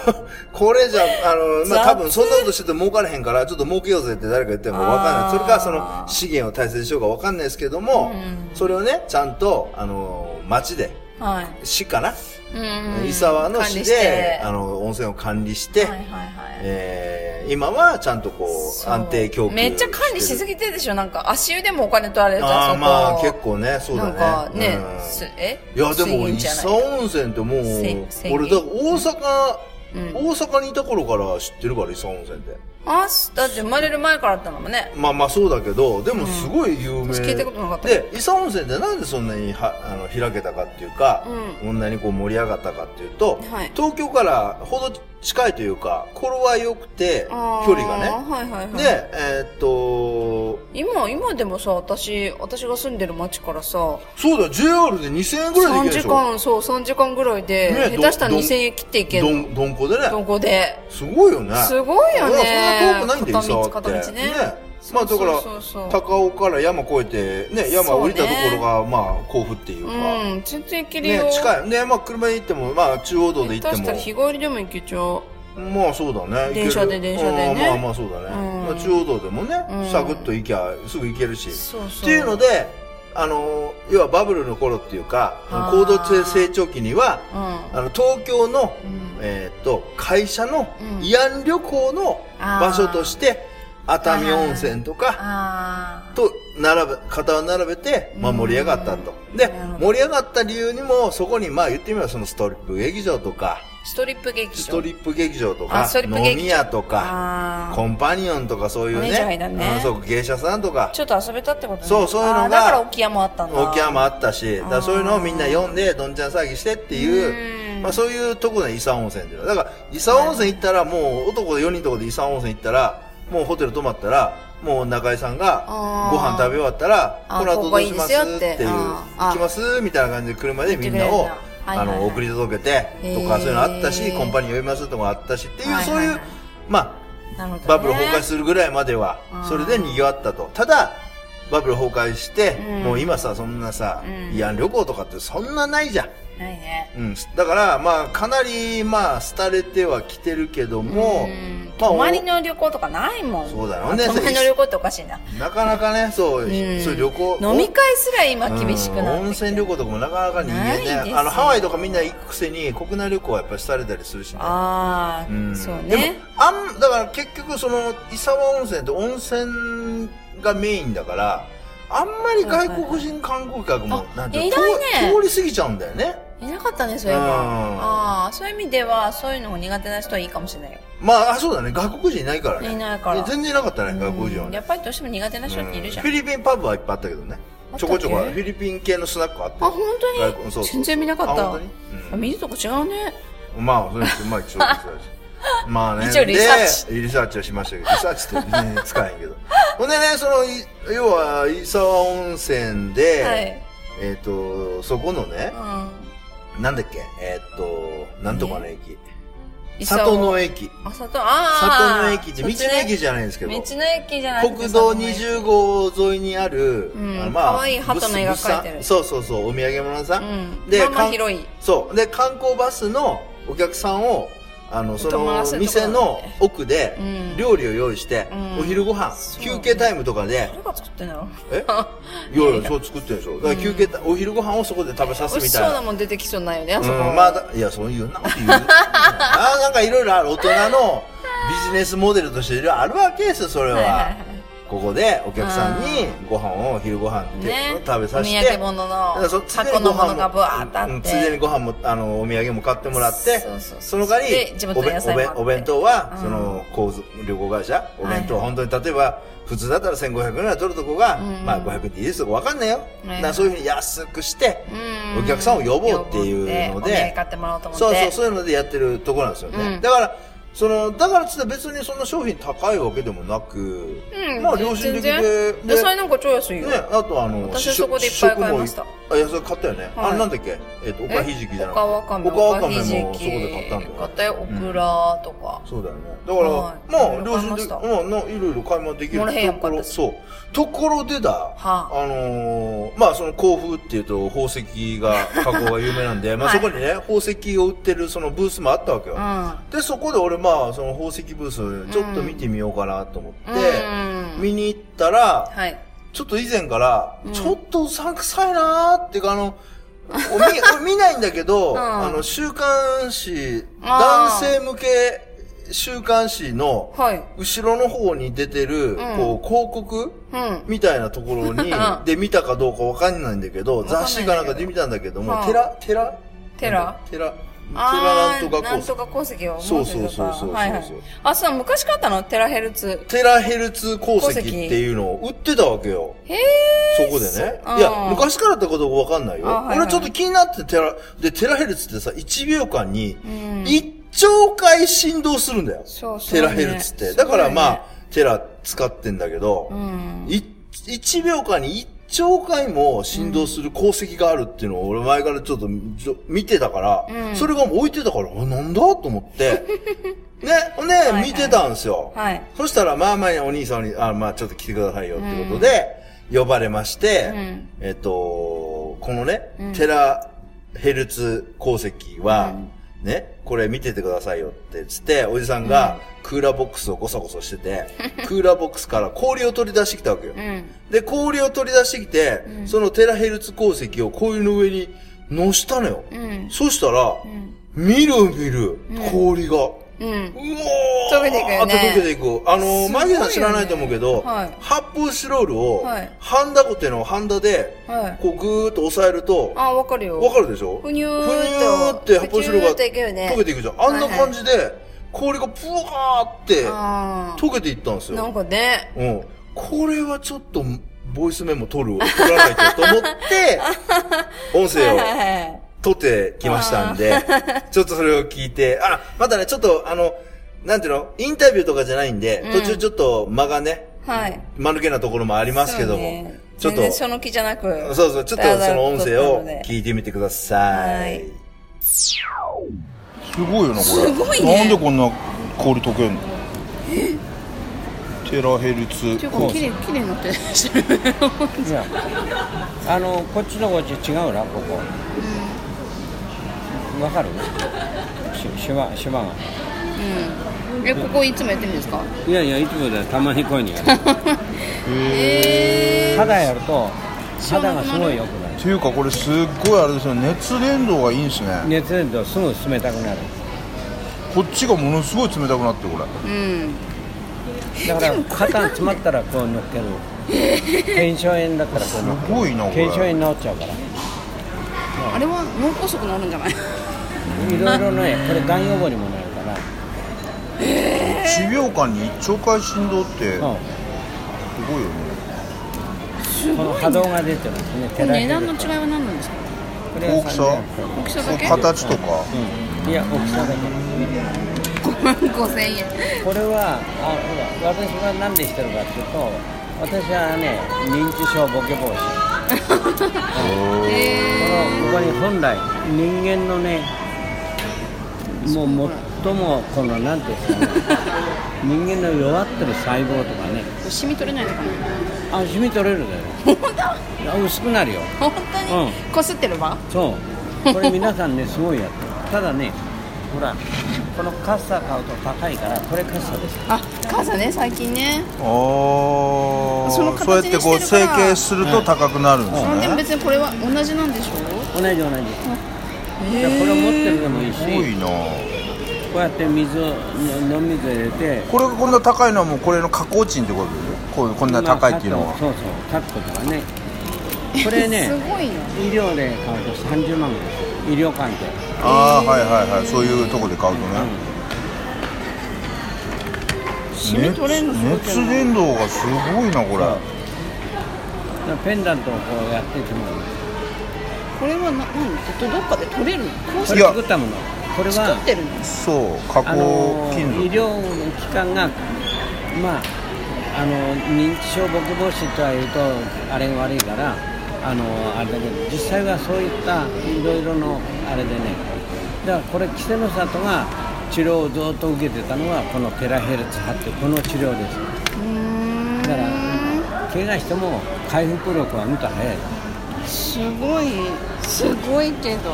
Speaker 2: ここれじゃ、あの、まあ、多分そんなことしてて儲からへんから、ちょっと儲けようぜって誰か言ってもわかんな
Speaker 1: あー
Speaker 2: い。それからその資源を大切にしようかわかんないですけども、それをね、ちゃんと、あの、町で、
Speaker 1: はい。
Speaker 2: 市かな、
Speaker 1: うん。
Speaker 2: 伊沢の
Speaker 1: 管
Speaker 2: 市
Speaker 1: 理して
Speaker 2: で、あの、温泉を管理して、
Speaker 1: はいはいはい。
Speaker 2: えー今はちゃんとこう、
Speaker 1: そう
Speaker 2: 安定供給
Speaker 1: めっちゃ管理しすぎてるでしょなんか足湯でもお金取られるじゃん
Speaker 2: ああ
Speaker 1: そ
Speaker 2: ー、
Speaker 1: こ
Speaker 2: まあ結構ね、そうだ
Speaker 1: なんか
Speaker 2: ね。
Speaker 1: ね
Speaker 2: うん
Speaker 1: すえ
Speaker 2: いや、でも、
Speaker 1: 水
Speaker 2: 伊
Speaker 1: 銀じゃない
Speaker 2: 佐温泉ってもう
Speaker 1: せ、千
Speaker 2: 俺、だから大阪、
Speaker 1: うん
Speaker 2: 大阪にいた頃から知ってるから、伊佐温泉って。
Speaker 1: あすだって生まれる前からあったのもんね
Speaker 2: まあまあそうだけど、でもすごい有名。
Speaker 1: 私聞いたことなかった
Speaker 2: で、伊佐温泉ってなんでそんなにはあの開けたかっていうか、
Speaker 1: う
Speaker 2: こんなにこう盛り上がったかっていうと、
Speaker 1: はい
Speaker 2: 東京からほど近いというか、頃は良くて、距
Speaker 1: あー
Speaker 2: 離がね。
Speaker 1: はいはいはい
Speaker 2: で、えーっと、
Speaker 1: 今今でもさ私私が住んでる町からさ
Speaker 2: そうだ、JR で2000円ぐらい
Speaker 1: 3
Speaker 2: で行けるで
Speaker 1: 時
Speaker 2: しょ。
Speaker 1: 間そう3時間ぐらいで、
Speaker 2: ね
Speaker 1: 下手したら
Speaker 2: ど
Speaker 1: 2000円切っていけ
Speaker 2: ど
Speaker 1: るの
Speaker 2: ん、どんこでね。
Speaker 1: どこです
Speaker 2: ごいよね。
Speaker 1: すごいよね
Speaker 2: ほらそんな遠くないんだよ、伊
Speaker 1: 片道
Speaker 2: 沢って。
Speaker 1: 片道ね
Speaker 2: まあ
Speaker 1: そ
Speaker 2: だ
Speaker 1: う
Speaker 2: か
Speaker 1: そうそ
Speaker 2: ら
Speaker 1: うそう、
Speaker 2: 高尾から山越えて、ね、山降りたところが、まあ、甲府っていう
Speaker 1: う
Speaker 2: か。
Speaker 1: ん全然いけるよ、
Speaker 2: ね、近い。ね、まあ、車で行っても、まあ、中央道で行
Speaker 1: 下手
Speaker 2: って
Speaker 1: したら日
Speaker 2: も。
Speaker 1: 帰りでも行けちゃう
Speaker 2: まあ、そうだね。
Speaker 1: 電車で
Speaker 2: 行ける
Speaker 1: 電車でね
Speaker 2: うんまあまあ、そうだね。
Speaker 1: うん
Speaker 2: まあ、中央道でもね
Speaker 1: うん、
Speaker 2: サクッと行きゃ、すぐ行けるし。
Speaker 1: そうそう
Speaker 2: っていうので、あの、要はバブルの頃っていうか
Speaker 1: あ、ー
Speaker 2: 高度成長期には、
Speaker 1: うん
Speaker 2: あの、東京の、
Speaker 1: うん
Speaker 2: えーっと、会社の
Speaker 1: うん
Speaker 2: 慰安旅行の
Speaker 1: あー
Speaker 2: 場所として、熱海温泉とか、
Speaker 1: あ
Speaker 2: と並べ、肩を並べて、まあ
Speaker 1: うん
Speaker 2: 盛り上がったと。で
Speaker 1: なるほ、ど
Speaker 2: 盛り上がった理由にも、そこにまあ言ってみればそのストリップ劇場とか、
Speaker 1: あストリップ劇場
Speaker 2: ストリップ劇場とか
Speaker 1: あストリップ劇場
Speaker 2: 飲み屋と
Speaker 1: あ
Speaker 2: か
Speaker 1: ー
Speaker 2: コンパニオンとかそういう
Speaker 1: マ
Speaker 2: ね
Speaker 1: ネージャーだね
Speaker 2: うんそう芸者さんとか
Speaker 1: ちょっと遊べたってことね
Speaker 2: そうそういうのが
Speaker 1: あーだから沖山あったんだ
Speaker 2: 沖山あったしだからそういうのをみんな読んでどんちゃん騒ぎしてっていううんまあ、そういうとこが伊佐温泉っていうのだから伊佐温泉行ったらもう男4人とこで伊佐温泉行ったらもうホテル泊まったらもう中井さんが
Speaker 1: あー
Speaker 2: ご飯食べ終わったら
Speaker 1: あー
Speaker 2: この後どうします
Speaker 1: ここいいですよ
Speaker 2: っ
Speaker 1: ってて
Speaker 2: いう
Speaker 1: あーあ
Speaker 2: 行きますみたいな感じで車でみんな
Speaker 1: 言っ
Speaker 2: を
Speaker 1: てくれるんだはい
Speaker 2: あ
Speaker 1: はいはい
Speaker 2: の送り届けてとか
Speaker 1: へー
Speaker 2: そういうのあったしコンパニオン呼びますとかあったしっていう
Speaker 1: はい
Speaker 2: そう
Speaker 1: はいいはいう
Speaker 2: まあ
Speaker 1: なるほどね
Speaker 2: バブル崩壊するぐらいまでは
Speaker 1: あー
Speaker 2: それで賑わったとただバブル崩壊して、
Speaker 1: うん
Speaker 2: もう今さそんなさ、
Speaker 1: うん
Speaker 2: 慰安旅行とかってそんなないじゃん、
Speaker 1: ないね
Speaker 2: うん、だからまあかなりまあ廃れてはきてるけど
Speaker 1: う
Speaker 2: も、
Speaker 1: ん
Speaker 2: まあ
Speaker 1: 泊まりの旅行とかないもん
Speaker 2: そうだよね
Speaker 1: 泊まりの旅行っておかしいな
Speaker 2: なかなかねそう、
Speaker 1: ん
Speaker 2: そういう旅行
Speaker 1: 飲み会すら今厳しくなってきて
Speaker 2: うん温泉旅行とかもなかなか人間
Speaker 1: ないです
Speaker 2: ね
Speaker 1: よ
Speaker 2: あのハワイとかみんな行くくせに国内旅行はやっぱり廃れたりするしね
Speaker 1: ああ、
Speaker 2: ん
Speaker 1: そう
Speaker 2: でも
Speaker 1: ね
Speaker 2: あんだから結局その伊沢温泉って温泉がメインだからあんまり外国人観光客も、
Speaker 1: はいはい
Speaker 2: なん
Speaker 1: あい
Speaker 2: 通
Speaker 1: ないね
Speaker 2: 通り過ぎちゃうんだよね
Speaker 1: いなかったねそういえばああーそういう意味ではそういうのも苦手な人はいいかもしれないよ
Speaker 2: まああそうだね外国人いないからね
Speaker 1: いないから
Speaker 2: 全然いなかったね外国人
Speaker 1: う
Speaker 2: は
Speaker 1: ん
Speaker 2: ね
Speaker 1: やっぱりどうしても苦手な人っているじゃん、
Speaker 2: フィリピンパブはいっぱいあったけどね
Speaker 1: あったっけ
Speaker 2: ちょこちょこフィリピン系のスナックあった
Speaker 1: あ
Speaker 2: よ
Speaker 1: 本当
Speaker 2: 外
Speaker 1: に
Speaker 2: 国そうそう
Speaker 1: 全然見なかっ
Speaker 2: あ
Speaker 1: た
Speaker 2: 本当にうん
Speaker 1: あ見るとこ違うね
Speaker 2: まあ、そうですまあ、一応リサーチ。
Speaker 1: 一応リ
Speaker 2: まあね。
Speaker 1: サー
Speaker 2: チ。リサーチはしましたけど、リサーチって全然使えへんけど。ほんでね、そのい、要は、伊沢温泉で、
Speaker 1: はい、
Speaker 2: えっ、と、そこのね
Speaker 1: う、ん、
Speaker 2: なんだっけ、えっ、と、なんとかの駅。
Speaker 1: 伊佐
Speaker 2: 里
Speaker 1: 尾
Speaker 2: の駅。
Speaker 1: あ里あ
Speaker 2: 里
Speaker 1: あ
Speaker 2: の駅って、道の駅じゃないんですけ
Speaker 1: 道
Speaker 2: ど、
Speaker 1: の駅じゃない
Speaker 2: 国道20号沿いにある、
Speaker 1: うん
Speaker 2: あの
Speaker 1: 可愛い鳩の絵が描いてる
Speaker 2: 物産そうそうそう、お土産物屋さん。
Speaker 1: うん
Speaker 2: で
Speaker 1: まあまあ
Speaker 2: かん
Speaker 1: 広い
Speaker 2: そう。で、観光バスのお客さんを、あの、そ
Speaker 1: 泊ま
Speaker 2: の
Speaker 1: らせ、るとこ
Speaker 2: 店
Speaker 1: なんだ
Speaker 2: の
Speaker 1: ね
Speaker 2: 奥で
Speaker 1: うん、
Speaker 2: 料理を用意して
Speaker 1: う、ん
Speaker 2: お昼ご飯、
Speaker 1: そう
Speaker 2: 休憩タイムとかで、
Speaker 1: 誰が作ってんだろう
Speaker 2: えいやいや、そう作ってるでしょ。だから休憩タ、お昼ご飯をそこで食べさ
Speaker 1: 美
Speaker 2: す
Speaker 1: 味
Speaker 2: み
Speaker 1: したそう
Speaker 2: い
Speaker 1: な
Speaker 2: な。
Speaker 1: もん出てきそうにないよねあ
Speaker 2: う
Speaker 1: そこ、
Speaker 2: ん、まあだ、いや、そういう、なんて言う。 あなんかいろいろある。大人のビジネスモデルとしていろいろあるわけですよ、それ
Speaker 1: はいはいは
Speaker 2: は。ここでお客さんにご飯を、昼ご飯
Speaker 1: い
Speaker 2: で
Speaker 1: ね
Speaker 2: 食べさせて。
Speaker 1: お土産物
Speaker 2: だから
Speaker 1: の
Speaker 2: そ常に
Speaker 1: 箱の
Speaker 2: ご飯
Speaker 1: ものがぶわーってあって、
Speaker 2: うんついでにご飯もあのお土産も買ってもらって
Speaker 1: そうそうそう
Speaker 2: の代わ
Speaker 1: で
Speaker 2: り
Speaker 1: 地元の野菜
Speaker 2: おべ
Speaker 1: もあって
Speaker 2: おべお弁当は、
Speaker 1: うん
Speaker 2: その交通旅行会社お弁当、
Speaker 1: はい
Speaker 2: 本当に例えば普通だったら1500円ぐらい取るとこが、
Speaker 1: うん
Speaker 2: まあ、500円でいいですとか分かんないよ、
Speaker 1: いはい
Speaker 2: だからそういうふうに安くして、
Speaker 1: うん
Speaker 2: お客さんを呼ぼうっていうの
Speaker 1: お土産
Speaker 2: で
Speaker 1: 買ってもらおうと思って
Speaker 2: そうそうそういうのでやってるところなんですよね、
Speaker 1: うん
Speaker 2: だからそのだからつって別にそんな商品高いわけでもなく、
Speaker 1: うん、
Speaker 2: まあ良心的で
Speaker 1: 野菜なんか超安いよ、
Speaker 2: ね、あとあの、
Speaker 1: 私
Speaker 2: 試
Speaker 1: そ
Speaker 2: 食
Speaker 1: こでいっぱい買いました
Speaker 2: 試食もあ、いや、それ買ったよね。
Speaker 1: はい
Speaker 2: あれなんだっけえっと、おかひじきじゃなくて。
Speaker 1: おかわかめ
Speaker 2: おかわかめ
Speaker 1: お
Speaker 2: も
Speaker 1: か
Speaker 2: そ
Speaker 1: ひ
Speaker 2: こ
Speaker 1: じき
Speaker 2: で買ったんだよ。
Speaker 1: 買ったよオクラとか、
Speaker 2: そうだよね。だから、
Speaker 1: はい
Speaker 2: まあ、
Speaker 1: いろいろ
Speaker 2: 良
Speaker 1: 買い
Speaker 2: 心
Speaker 1: ました
Speaker 2: 的、まあ、ないろいろ買い物でき
Speaker 1: もらえへ
Speaker 2: る
Speaker 1: ん
Speaker 2: と
Speaker 1: やんか
Speaker 2: ころ、
Speaker 1: ったし
Speaker 2: そう。ところでだ、
Speaker 1: あ
Speaker 2: あのーまあ、その甲府っていうと宝石 が、加工が有名なんで、まあ、
Speaker 1: は
Speaker 2: そ
Speaker 1: い
Speaker 2: こにね、宝石を売ってるそのブースもあったわけよ。
Speaker 1: う
Speaker 2: で、そこで俺、まあ、その宝石ブース、ちょっと見てみようかなと思って、
Speaker 1: んうん
Speaker 2: 見に行ったら、
Speaker 1: はい
Speaker 2: ちょっと以前から、
Speaker 1: うん
Speaker 2: ちょっとうさんくさいなーっていうか、あの、お見俺見ないんだけど、
Speaker 1: うん
Speaker 2: あの、週刊誌、男
Speaker 1: あー
Speaker 2: 性向け週刊誌の、
Speaker 1: はい
Speaker 2: 後ろの方に出てる、こう、広告
Speaker 1: うん
Speaker 2: みたいなところに
Speaker 1: う、ん
Speaker 2: で見たかどうかわかんないんだけど、
Speaker 1: かんないん
Speaker 2: 雑
Speaker 1: だけど
Speaker 2: 誌かなんかで見たんだけども
Speaker 1: は、あ
Speaker 2: 寺寺
Speaker 1: 寺
Speaker 2: 寺
Speaker 1: あ
Speaker 2: 寺
Speaker 1: ー
Speaker 2: なんとか
Speaker 1: な
Speaker 2: こ
Speaker 1: ん
Speaker 2: う
Speaker 1: と。か鉱石を
Speaker 2: そうそうそうそうそうそう
Speaker 1: はいはい、あそう昔買ったのテラヘルツ
Speaker 2: テラヘルツ鉱石
Speaker 1: 鉱石
Speaker 2: っていうのを売ってたわけよ。
Speaker 1: へえ
Speaker 2: そこでね。
Speaker 1: うん
Speaker 2: いや、昔からってことわかんないよ。
Speaker 1: あはいはい
Speaker 2: 俺ちょっと気になってテラ、で、テラヘルツってさ、1秒間に
Speaker 1: ん、
Speaker 2: 1兆回振動するんだよ。
Speaker 1: そうそう
Speaker 2: テ
Speaker 1: ね
Speaker 2: ラヘルツっ
Speaker 1: す
Speaker 2: て。
Speaker 1: ごいね
Speaker 2: だからまあ、テラ使ってんだけど、
Speaker 1: うん
Speaker 2: い1秒間に1兆回も振動する鉱石があるっていうのを俺前からちょっとちょ見てたから、
Speaker 1: うん
Speaker 2: それがもう置いてたから、あなんだと思 って、ね、ほんで、
Speaker 1: はい
Speaker 2: 見てたんですよ。
Speaker 1: はい
Speaker 2: そしたら、まあまあお兄さんに、あまあちょっと来てくださいよってことで、呼ばれまして、
Speaker 1: うん
Speaker 2: えっと、このね、
Speaker 1: ん
Speaker 2: テラヘルツ鉱石は、ね、これ見ててくださいよってつって、おじさんがクーラーボックスをゴソゴソしてて、 クーラーボックスから氷を取り出してきたわけよ。
Speaker 1: うん
Speaker 2: で、氷を取り出してきて、そのテラヘルツ鉱石を氷の上に乗したのよ。
Speaker 1: うん
Speaker 2: そしたら、
Speaker 1: ん
Speaker 2: みるみる氷が、
Speaker 1: うん
Speaker 2: うお
Speaker 1: 溶けていくよね
Speaker 2: あ溶けていく。あ
Speaker 1: す
Speaker 2: の
Speaker 1: ごいよね
Speaker 2: ー、マギさん知らないと思うけど、
Speaker 1: はい
Speaker 2: 発泡スチロールを
Speaker 1: はい、
Speaker 2: ハンダコテのハンダで、
Speaker 1: はい
Speaker 2: こうぐーっと押さえると、
Speaker 1: あわかるよ
Speaker 2: わかるでしょ
Speaker 1: ふにゅーっと
Speaker 2: ふにゅーって発泡スチロ
Speaker 1: ふに
Speaker 2: ールが
Speaker 1: ゅーっといくよね
Speaker 2: 溶けていくじゃん。あんな感じで、氷がぷわーって、
Speaker 1: あ
Speaker 2: 溶けていったんです
Speaker 1: ーな
Speaker 2: よ
Speaker 1: ん。かね
Speaker 2: うん。これはちょっと、ボイスメモ取る、取らないとと 思って、音声を
Speaker 1: はいはいはい
Speaker 2: 撮ってきましたんで、 ちょっとそれを聞いて、あ、またね、ちょっとあの、なんていうのインタビューとかじゃないんで、
Speaker 1: うん
Speaker 2: 途中ちょっと間がね、
Speaker 1: はい
Speaker 2: 間抜けなところもありますけど
Speaker 1: そう
Speaker 2: も、
Speaker 1: ね
Speaker 2: ちょっ
Speaker 1: 全然
Speaker 2: と、
Speaker 1: その気じゃなく
Speaker 2: そうそう、ちょっとその音声を
Speaker 1: 聞
Speaker 2: 聞いてみてください。
Speaker 1: はい
Speaker 2: すごいよな、これ。
Speaker 1: すごいね
Speaker 2: なんでこんな氷溶けんのテラヘルツ。
Speaker 1: 綺麗綺麗になってる
Speaker 4: いやあのこっちのこっち違うなここわ、かるし島島が
Speaker 1: えここいつもやってるんですか
Speaker 4: いやいやいつもだよたまにこういうのやる肌やると肌がすごい良くなる
Speaker 2: っていうかこれすっごいあれですよね熱伝導がいいんですね
Speaker 4: 熱伝導すぐ冷たくなる
Speaker 2: こっちがものすごい冷たくなってこ
Speaker 1: う
Speaker 2: れ
Speaker 1: ん
Speaker 4: だから肩詰まったらこう乗っける腱鞘炎だったらこう乗っ
Speaker 2: すごいなこ
Speaker 4: ける
Speaker 2: れ
Speaker 4: 腱鞘炎治っちゃうから
Speaker 1: あれは脳梗塞になるんじゃない
Speaker 4: いろいろねこれがん予防にもなるから
Speaker 2: 1秒間に1兆回振動ってす
Speaker 4: うん
Speaker 2: ごいよね
Speaker 4: この波動が出てますね
Speaker 1: これ値段の
Speaker 4: 照
Speaker 1: 違いは何なんですか
Speaker 4: られてる
Speaker 2: 大きさ
Speaker 1: 大きさだけ
Speaker 2: 形とか
Speaker 4: うんいや大きさだけ
Speaker 1: 5万5千円
Speaker 4: これはあほら私は何でしてるかっていうと私はね認知症ボケ防止 このここに本来人間のねもう最もこのなんていう んですかね人間の弱ってる細胞とかね
Speaker 1: シミ取れないのかな
Speaker 4: あ染み取れるだ
Speaker 1: 本
Speaker 4: よ
Speaker 1: 当
Speaker 4: いや薄くなるよ
Speaker 1: 本当にこすってるわ
Speaker 4: そうこれ皆さん ねすごいやってるただねほらこのカッサ買うと高いからこれカッサです
Speaker 1: あ母さんね最近ね
Speaker 2: ああ
Speaker 1: その
Speaker 2: そうやっ
Speaker 1: 形にして
Speaker 2: て
Speaker 1: るから
Speaker 2: こう成形すると高くなるんです
Speaker 1: ほんで
Speaker 2: ね
Speaker 1: 別にこれは同じなんでしょ
Speaker 4: 同じ同じ、いやこれ持ってるでもいいし
Speaker 2: すごいな
Speaker 4: こうやって水を飲み水入れて
Speaker 2: これがこんな高いのはもうこれの加工賃ってことでこうこんな高いっていうの
Speaker 4: まあ
Speaker 2: は
Speaker 4: カットそうそうカットとかねこれね
Speaker 1: すごいな
Speaker 4: 医療で買うと30万ぐらいする医療関係
Speaker 2: ああはいはいはいそういうとこで買うとね
Speaker 1: シミ取れるのすごいけ
Speaker 2: 熱
Speaker 1: ど
Speaker 2: 熱伝導がすごいなこれ
Speaker 4: だからペンダントをこうやってても
Speaker 1: これはな何どどっかで取れるのこう
Speaker 4: これ作ったものこれは
Speaker 1: 作ってるの
Speaker 2: そう加
Speaker 4: あの
Speaker 2: 工
Speaker 4: ー
Speaker 2: 金
Speaker 4: 医
Speaker 2: 属
Speaker 4: 療の機関がまああのー認知症ボケ防止とは言うとあれが悪いからあのーあれだけど実際はそういったいろいろのあれでねだからこれ稀勢の里が治療をずっと受けてたのはこのテラヘルツ波ってこの治療ですだから怪我しても回復力はうんと早い
Speaker 1: すごいすごいけど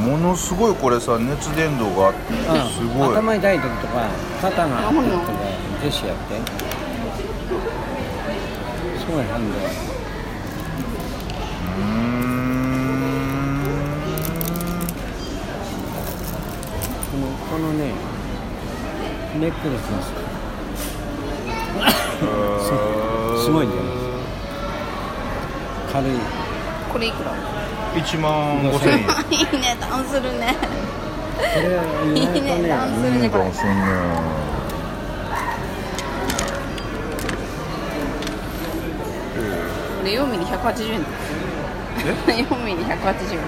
Speaker 2: ものすごいこれさ熱伝導があってすごい
Speaker 4: 頭痛い時とか肩が痛い時とかぜひやってすごい反動このこのねネックレスなんですよすすごいんだよね軽い
Speaker 1: これいくら
Speaker 2: 1万5000円
Speaker 1: いい値段するね
Speaker 4: これは意
Speaker 1: いい
Speaker 4: 外と
Speaker 1: 値段する
Speaker 2: い
Speaker 1: ね
Speaker 2: い
Speaker 1: こ
Speaker 2: か
Speaker 1: れ
Speaker 2: もしんね
Speaker 1: これ4ミリ180円え ?4 ミリ180円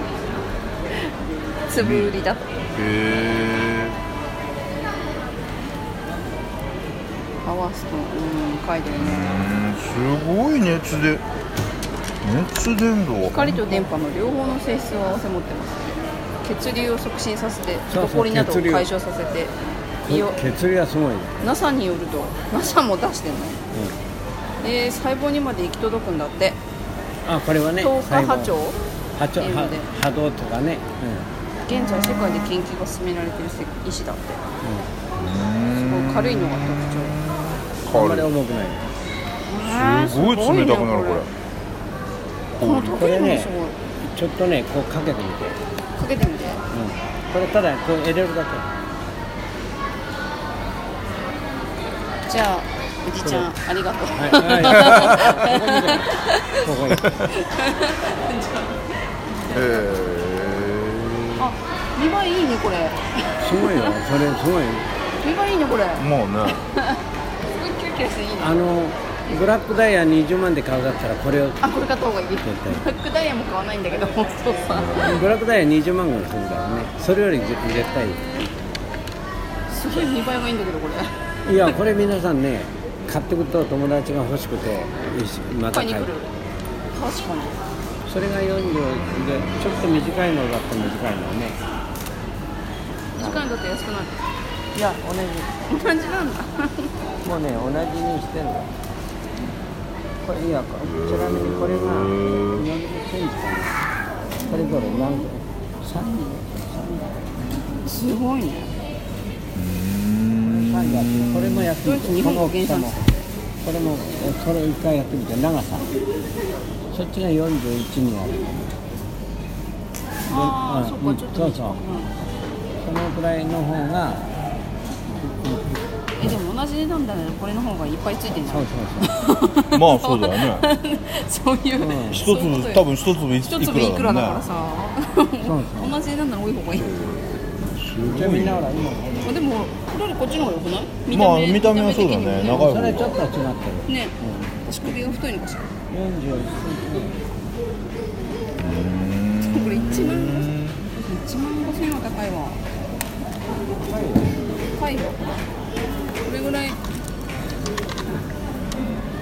Speaker 1: 粒売りだと
Speaker 2: へ
Speaker 1: 合わすとうん書いてるね
Speaker 2: えすごい熱で熱伝導
Speaker 1: 光と電波の両方の性質を併せ持ってます血流を促進させて
Speaker 4: そうそう
Speaker 1: 埃などを
Speaker 4: 血流
Speaker 1: 解消させて
Speaker 4: こ
Speaker 1: 胃を
Speaker 4: 血流がすごいね
Speaker 1: NASA によると NASA も出してんの、えー細胞にまで行き届くんだって
Speaker 4: あこれはね
Speaker 1: 10日
Speaker 4: 細胞
Speaker 1: 波長
Speaker 4: 波長
Speaker 1: っていう
Speaker 4: 波
Speaker 1: ので
Speaker 4: 波動とかね、
Speaker 1: 現在世界で研究が進められている医師だって、すごい軽いのが特徴
Speaker 4: うん、あんまり重くない
Speaker 2: すごい冷たくなるこれ
Speaker 1: この溶けるのもすごい
Speaker 4: ちょっとねこうかけてみて、うん、
Speaker 1: かけてみて
Speaker 4: これただこう入れるだけ
Speaker 1: じゃあおじちゃんありがとう、
Speaker 4: はいはいここに
Speaker 2: え
Speaker 1: あ見栄えいいねこれ
Speaker 4: すごいよそれすごい
Speaker 1: 見栄えいいねこれ
Speaker 2: えもうね
Speaker 1: すごいキラキラしていいね
Speaker 4: あのブラックダイヤ20万で買うだったらこれを
Speaker 1: あこれ買った方がいいブラ
Speaker 4: 対
Speaker 1: ックダイヤも買わないんだけど本当さ
Speaker 4: ブラックダイヤ20万ぐらいするからねそれより絶絶対い
Speaker 1: すごい見栄えがいいんだけどこれ
Speaker 4: いいやこれ皆さんね買ってくと友達が欲しくて一緒にまた
Speaker 1: 買い
Speaker 4: 買
Speaker 1: に
Speaker 4: う
Speaker 1: 来る確かに
Speaker 4: それが40でちょっと短いのだと短いのね
Speaker 1: 時間だと安くなる
Speaker 4: いや同じ
Speaker 1: 同じなんだ
Speaker 4: もうね同じにしてるわこれいやこちなみにこれが40センチかなそれぞれ何個3
Speaker 1: すごいね
Speaker 4: 三月これもやってみ
Speaker 1: ドイツ日
Speaker 4: てこ
Speaker 1: 本
Speaker 4: の
Speaker 1: が
Speaker 4: 大き
Speaker 1: 原産
Speaker 4: さも
Speaker 1: 地
Speaker 4: これもえこれ一回やってみて長さそっちが41になる
Speaker 1: ああそ
Speaker 4: で
Speaker 1: っ
Speaker 4: う
Speaker 1: か
Speaker 4: ん
Speaker 1: ちょっと
Speaker 4: そうそうそのくらいの方が
Speaker 1: えでも同じ値段だねこれの方がいっぱいついてるじゃ
Speaker 4: そ
Speaker 1: ん
Speaker 4: うそうそう
Speaker 2: まあそうだよね
Speaker 1: そういう、
Speaker 4: うん
Speaker 2: 一
Speaker 1: そういうこと
Speaker 2: 粒
Speaker 1: よ
Speaker 2: 多分一粒い
Speaker 1: 一粒いく
Speaker 2: く
Speaker 1: らだ
Speaker 2: ら
Speaker 1: か
Speaker 2: だも
Speaker 1: ら
Speaker 2: んね
Speaker 1: さ
Speaker 4: そうそ う
Speaker 1: 同じ値段なら多い方がいい
Speaker 4: じゃあみんなほら今ね
Speaker 1: でもこれよりこっちの方が良くない
Speaker 2: まあ見た目はそうだね
Speaker 1: 的にも
Speaker 2: 長い
Speaker 4: それちょっと違ってる
Speaker 1: ね私首が太いのかしら
Speaker 4: 41セ
Speaker 1: これ1万1万5千円は高いわ高いよこれぐらい
Speaker 4: ンチ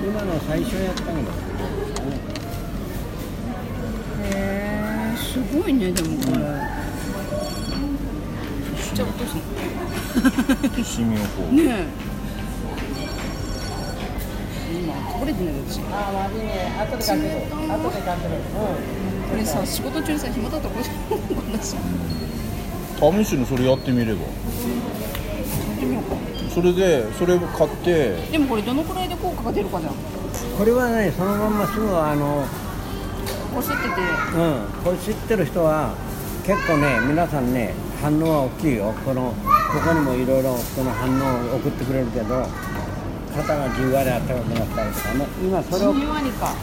Speaker 4: 今の最初やったけど
Speaker 1: へえすごいねでもこれじゃあお父さん
Speaker 2: シミをこ
Speaker 1: ねえ今隠れてない私こ
Speaker 4: あ悪いね後で買ってくる後で買ってくる
Speaker 1: れさ仕事中にさ暇だったらこれじゃん私や
Speaker 2: う試しにそれやってみれば
Speaker 1: ってみようか
Speaker 2: それでそれを買って
Speaker 1: でもこれどのくらいで効果が出るかじゃん
Speaker 4: うんこれはねそのまんますぐあの
Speaker 1: こすってて
Speaker 4: うん、これ知ってる人は結構ね皆さんね反応は大きいよこのここにもいろいろこの反応を送ってくれるけど肩がじんわりあったかくなったりとかね今そ
Speaker 1: じ
Speaker 4: れを
Speaker 1: んわりか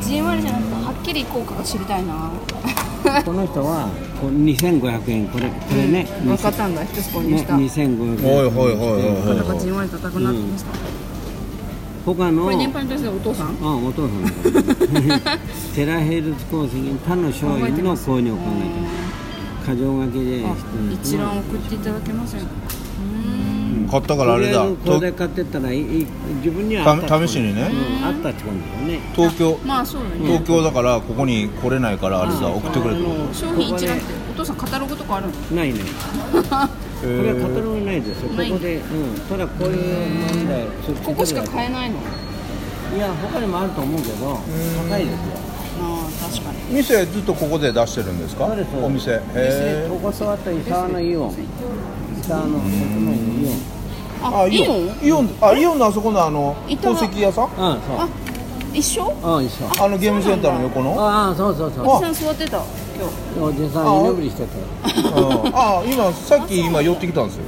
Speaker 1: じんわりじゃなくてはっきり効果が知りたいな
Speaker 4: この人はこう2500円これこれね、
Speaker 1: 分かったんだ一つ購入した
Speaker 4: ね2500
Speaker 2: はい
Speaker 4: 円
Speaker 2: はいはいはい
Speaker 1: なんかじんわり高くなってきました、
Speaker 4: 他の
Speaker 1: これ年配の女性のお父さん
Speaker 4: あお父さん だテラヘルツ鉱石他の商品の購入を考えてます過剰書きで
Speaker 1: あ
Speaker 4: してるんです
Speaker 1: 一覧送っていただけませんかう
Speaker 2: 買ったから
Speaker 4: と
Speaker 2: あ
Speaker 4: りあ
Speaker 2: れ
Speaker 4: え
Speaker 2: だ
Speaker 4: ずこれで買ってったらいいいい自分にはあった
Speaker 2: た試しにね
Speaker 4: うんあったってことだよね
Speaker 2: 東京
Speaker 1: ーんまあそうだね
Speaker 2: 東京だからここに来れないからあれだ送ってくれと
Speaker 4: あの
Speaker 1: 商品一覧っ
Speaker 4: こ
Speaker 1: てお父さんカタログとかあるの
Speaker 4: こでないね
Speaker 2: え
Speaker 4: これはカタ
Speaker 2: ー
Speaker 4: ログないですよこ
Speaker 1: ない
Speaker 4: こでうんただこういう問題
Speaker 1: ここしか買
Speaker 4: え
Speaker 1: えないの
Speaker 4: いや他にもあると思うけど高いですよ
Speaker 1: ああ確かに
Speaker 2: 店ずっとここで出してるんですか
Speaker 4: そうですそうです
Speaker 2: お店へえ
Speaker 4: こことあと伊沢のイオン伊沢の国内のイオン
Speaker 1: あイオン
Speaker 2: イオンあイオンのあそこのあの
Speaker 1: いた
Speaker 2: 宝石屋さん
Speaker 4: あ
Speaker 1: あ
Speaker 4: そう
Speaker 1: 一緒
Speaker 4: あ一緒
Speaker 2: あのゲームセンターの横の
Speaker 4: ああそうそうそう
Speaker 1: おじさん座ってた今 日
Speaker 4: おじさん居眠りしてた
Speaker 2: うんあ今さっき今寄ってきたんですよ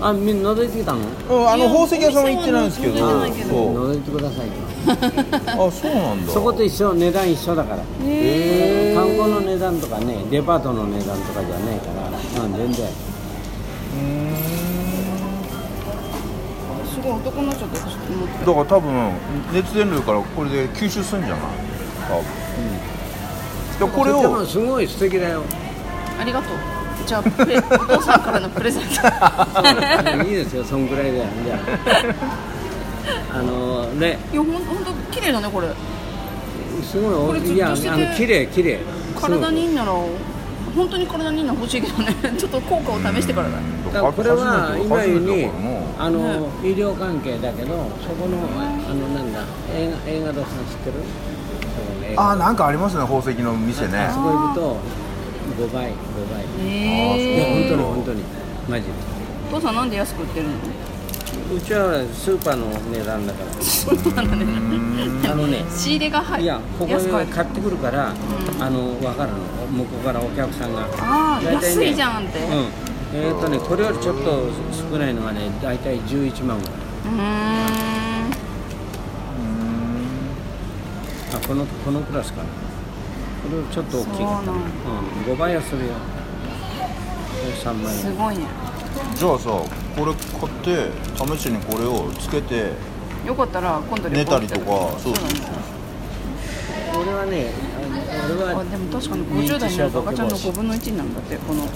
Speaker 4: あみんな覗いてきたの
Speaker 2: うんあの宝石屋さんは行ってないんですけ
Speaker 1: いや
Speaker 2: ど
Speaker 1: 覗いてないけど
Speaker 2: そう
Speaker 4: 覗いてくださいと
Speaker 2: あそうなんだ
Speaker 4: そこと一緒値段一緒だから
Speaker 2: へ
Speaker 4: 観光の値段とかねデパートの値段とかじゃないから、うん、全然
Speaker 1: すごい男の人とちょっと思って
Speaker 2: だから多分熱伝導からこれで吸収するんじゃない多分、でこれ
Speaker 4: でも
Speaker 2: を
Speaker 4: すごい素敵だ よ
Speaker 1: ありがとうじゃあプレお父さんからのプレ ゼント
Speaker 4: いいですよそんくらいでじゃああのね
Speaker 1: いやほんほんと綺麗だねこれ
Speaker 4: すごい
Speaker 1: こ
Speaker 4: 大
Speaker 1: れずっ
Speaker 4: き
Speaker 1: と
Speaker 4: いやあ
Speaker 1: してて
Speaker 4: の綺麗綺麗
Speaker 1: 体にいいんなら本当に体にいいの欲しいけどね ちょっと効果を試してからだ
Speaker 4: すごいだからこれは今言うにあの、
Speaker 1: ね
Speaker 4: 医療関係だけどそこのあのなんだ映画映画堂さん知ってるそこの映画
Speaker 2: あなんかありますね宝石の店ね
Speaker 4: そこ行くと5倍5倍いや本
Speaker 1: え
Speaker 4: 当に本当にマジで
Speaker 1: お父さんなんで安く売ってるの
Speaker 4: うちはスーパーの値段だか
Speaker 1: そうなんだね
Speaker 4: らあのね
Speaker 1: 仕入れが入
Speaker 4: いやここ
Speaker 1: 安
Speaker 4: で
Speaker 1: く入る
Speaker 4: 買ってくるから、あの分かるの向こうからお客さんが
Speaker 1: ああ
Speaker 4: 大体
Speaker 1: 安いじゃんって
Speaker 4: うんえっ、とねこれよりちょっと少ないのがね大体11万ぐらい
Speaker 5: うーん
Speaker 4: あこのこのクラスかなこれちょっと大きい
Speaker 5: そう
Speaker 4: か
Speaker 5: なんだ
Speaker 4: うん、5倍はするよこれ3万
Speaker 5: す
Speaker 4: 円
Speaker 5: ごいね
Speaker 6: じゃあさこれ買って試しにこれをつけて
Speaker 5: よかったら今度旅行行った時
Speaker 6: 寝たりとかそうそう
Speaker 5: だね
Speaker 4: 俺はねあの俺は
Speaker 5: あでも確かに50代になると赤ちゃんの5分の1になるんだってこのこ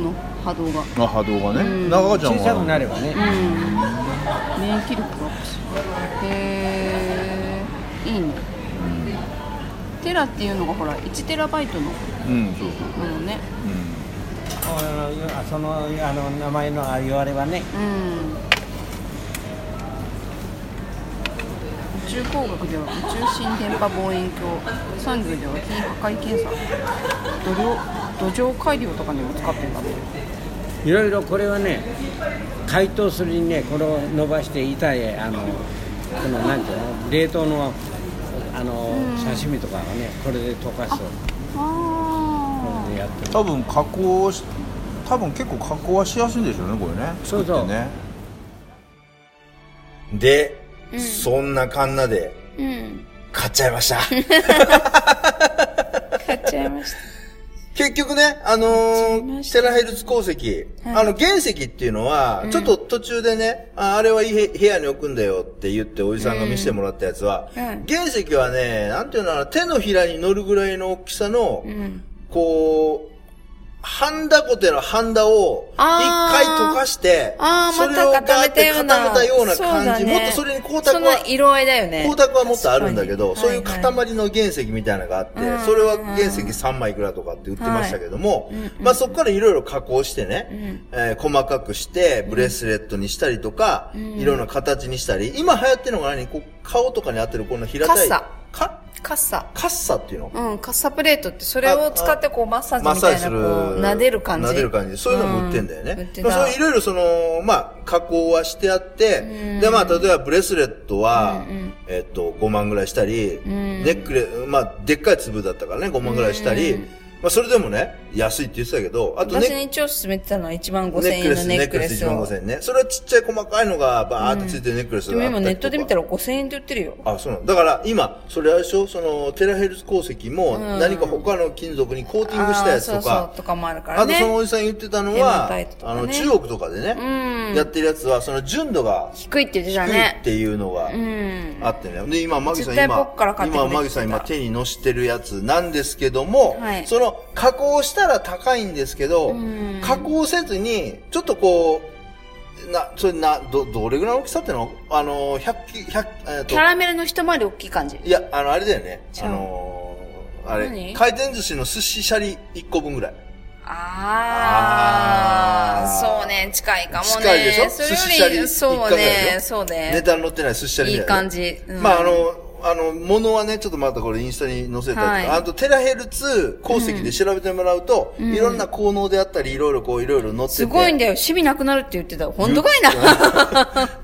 Speaker 5: の波動が
Speaker 6: あ波動
Speaker 5: う
Speaker 6: が
Speaker 5: ん
Speaker 6: ね中ちゃん
Speaker 4: 小さくな
Speaker 6: は
Speaker 4: ればね、
Speaker 5: うん免疫力がアップするへえいいねテラっていうのがほら1テラバイトの
Speaker 6: うんそうそう
Speaker 5: ものね
Speaker 6: う
Speaker 4: あそのあの名前のあ言われはね
Speaker 5: うん宇宙工学では宇宙心電波望遠鏡産業では非破壊検査土壌土壌改良とかにも使ってんだって
Speaker 4: いろいろこれはね解凍するにねこれを伸ばして板へあのこのなんていうの冷凍のあの刺身とかはねこれで溶かすと
Speaker 5: あ
Speaker 4: これでやってる
Speaker 6: ん多分加工し多分結構加工はしやすいんでしょうねこれね
Speaker 4: そ
Speaker 6: 作
Speaker 4: う
Speaker 6: って
Speaker 4: そう
Speaker 6: ね
Speaker 2: で、そんなカンナで
Speaker 1: うん。
Speaker 2: 買っちゃいました。
Speaker 1: 買っちゃいまし
Speaker 2: 結局ね、あの
Speaker 1: 買っちゃいまし
Speaker 2: ー、
Speaker 1: た
Speaker 2: テラヘルツ鉱石、あの、原石っていうのは、ちょっと途中でね、ああれはいいへ部屋に置くんだよって言って、おじさんが見せてもらったやつは、
Speaker 1: うん
Speaker 2: 原石はね、なんていうのかな、手のひらに乗るぐらいの大きさの、
Speaker 1: た。うん。
Speaker 2: こう、ハンダコテのハンダを一
Speaker 1: あー
Speaker 2: 回溶かして、
Speaker 1: あー、
Speaker 2: そ
Speaker 1: ま
Speaker 2: れを
Speaker 1: た
Speaker 2: ガ
Speaker 1: 固
Speaker 2: ー
Speaker 1: め
Speaker 2: ったて
Speaker 1: ような。
Speaker 2: 固めたような
Speaker 1: そう
Speaker 2: 感
Speaker 1: だ
Speaker 2: じ、
Speaker 1: ね
Speaker 2: もっとそれに光沢は
Speaker 1: その色合いだよね。
Speaker 2: 光沢はもっとあるんだけど、
Speaker 1: 確
Speaker 2: そう
Speaker 1: か
Speaker 2: い
Speaker 1: に
Speaker 2: う塊の原石みたいなのがあって
Speaker 1: はいはい、
Speaker 2: それは原石3枚いくらとかって売ってましたけども、まあそこからいろいろ加工してね、えー細かくして、ブレスレットにしたりとか、いろんな形にしたり、今流行ってるのが何こう顔とかに当てるこの平たい。
Speaker 1: カッサ
Speaker 2: か
Speaker 1: カッサ。
Speaker 2: カッサっていうの
Speaker 1: うん、カッサプレートってそれを使ってこうマッサージ
Speaker 2: マッ
Speaker 1: み
Speaker 2: サ
Speaker 1: た
Speaker 2: ー
Speaker 1: い
Speaker 2: ジ
Speaker 1: な
Speaker 2: す
Speaker 1: こ
Speaker 2: る。
Speaker 1: う撫でる感じ。
Speaker 2: 撫でる感じ。そういうのも売ってんだよね。
Speaker 1: うん売って
Speaker 2: まあ
Speaker 1: た
Speaker 2: そういろいろその、まあ、加工はしてあって、で、まあ、例えばブレスレットは、えっと、5万ぐらいしたり、ネックレ、まあ、でっかい粒だったからね、5万ぐらいしたり、まあ、それでもね、安いって言ってたけど、あと
Speaker 1: 私
Speaker 2: ね、
Speaker 1: に超勧めてたのは1万
Speaker 2: ネ
Speaker 1: 5000
Speaker 2: ック
Speaker 1: 円
Speaker 2: レ
Speaker 1: の
Speaker 2: ス、
Speaker 1: ネ
Speaker 2: ネ
Speaker 1: ッ
Speaker 2: ッ
Speaker 1: ク
Speaker 2: ク
Speaker 1: レ
Speaker 2: レス
Speaker 1: ス
Speaker 2: 1万
Speaker 1: を。
Speaker 2: 5000円ね。それはちっちゃい細かいのが、バーっとついてるネックレス
Speaker 1: で
Speaker 2: が
Speaker 1: も
Speaker 2: あった
Speaker 1: 今
Speaker 2: りと
Speaker 1: ネット
Speaker 2: か。
Speaker 1: で見たら5000円って売ってるよ。
Speaker 2: あ、そうなの。だから、今、それあれでしょその、テラヘルツ鉱石も、何か他の金属にコーティングしたやつ
Speaker 1: あー
Speaker 2: と
Speaker 1: そう
Speaker 2: か
Speaker 1: そう、とかもあるか
Speaker 2: あ
Speaker 1: ら
Speaker 2: と
Speaker 1: ね。
Speaker 2: そのおじさん言ってたの
Speaker 1: エマ
Speaker 2: は、
Speaker 1: タイトとか
Speaker 2: あ
Speaker 1: ね
Speaker 2: の中国とかでね、やってるやつはその純度が
Speaker 1: 低いって言って
Speaker 2: 低
Speaker 1: た
Speaker 2: い
Speaker 1: ね
Speaker 2: っ。ていうのが
Speaker 1: うん。
Speaker 2: あってね。で、今、マギさん
Speaker 1: 絶対
Speaker 2: 今
Speaker 1: 僕から買、ってくれ
Speaker 2: 今、
Speaker 1: って言って
Speaker 2: マギ
Speaker 1: た
Speaker 2: さん今手にのしてるやつなんですけども
Speaker 1: はい、
Speaker 2: その加工したら高いんですけど
Speaker 1: ん、
Speaker 2: 加工せずに、ちょっとこう、な、それな、ど、どれぐらいの大きさってのあの、100キ、100、えっと
Speaker 1: キャ、ラメルの一回り大きい感じ。
Speaker 2: いや、あの、あれだよね。
Speaker 1: う
Speaker 2: あのー、あれ、
Speaker 1: 何
Speaker 2: 回転寿司の寿司シャリ1個分ぐらい。
Speaker 1: あー
Speaker 2: あー
Speaker 1: そうね、近いかもね。
Speaker 2: 近いでしょ
Speaker 1: そ
Speaker 2: 寿司シャ
Speaker 1: れよ
Speaker 2: リ
Speaker 1: り、そう
Speaker 2: 一貫だ
Speaker 1: ね
Speaker 2: よ、
Speaker 1: そう
Speaker 2: ネ
Speaker 1: ね。
Speaker 2: タに載ってない寿司シャリみ
Speaker 1: い
Speaker 2: た
Speaker 1: い
Speaker 2: な
Speaker 1: 感じ。うん
Speaker 2: まああ、の、あの、ものはね、ちょっとまたこれインスタに載せたりとか、
Speaker 1: はい
Speaker 2: あとテラヘルツ鉱石で調べてもらうと、いろんな効能であったり、いろいろこう、いろいろ載ってて。
Speaker 1: すごいんだよ、趣味なくなるって言ってた。本当かいな。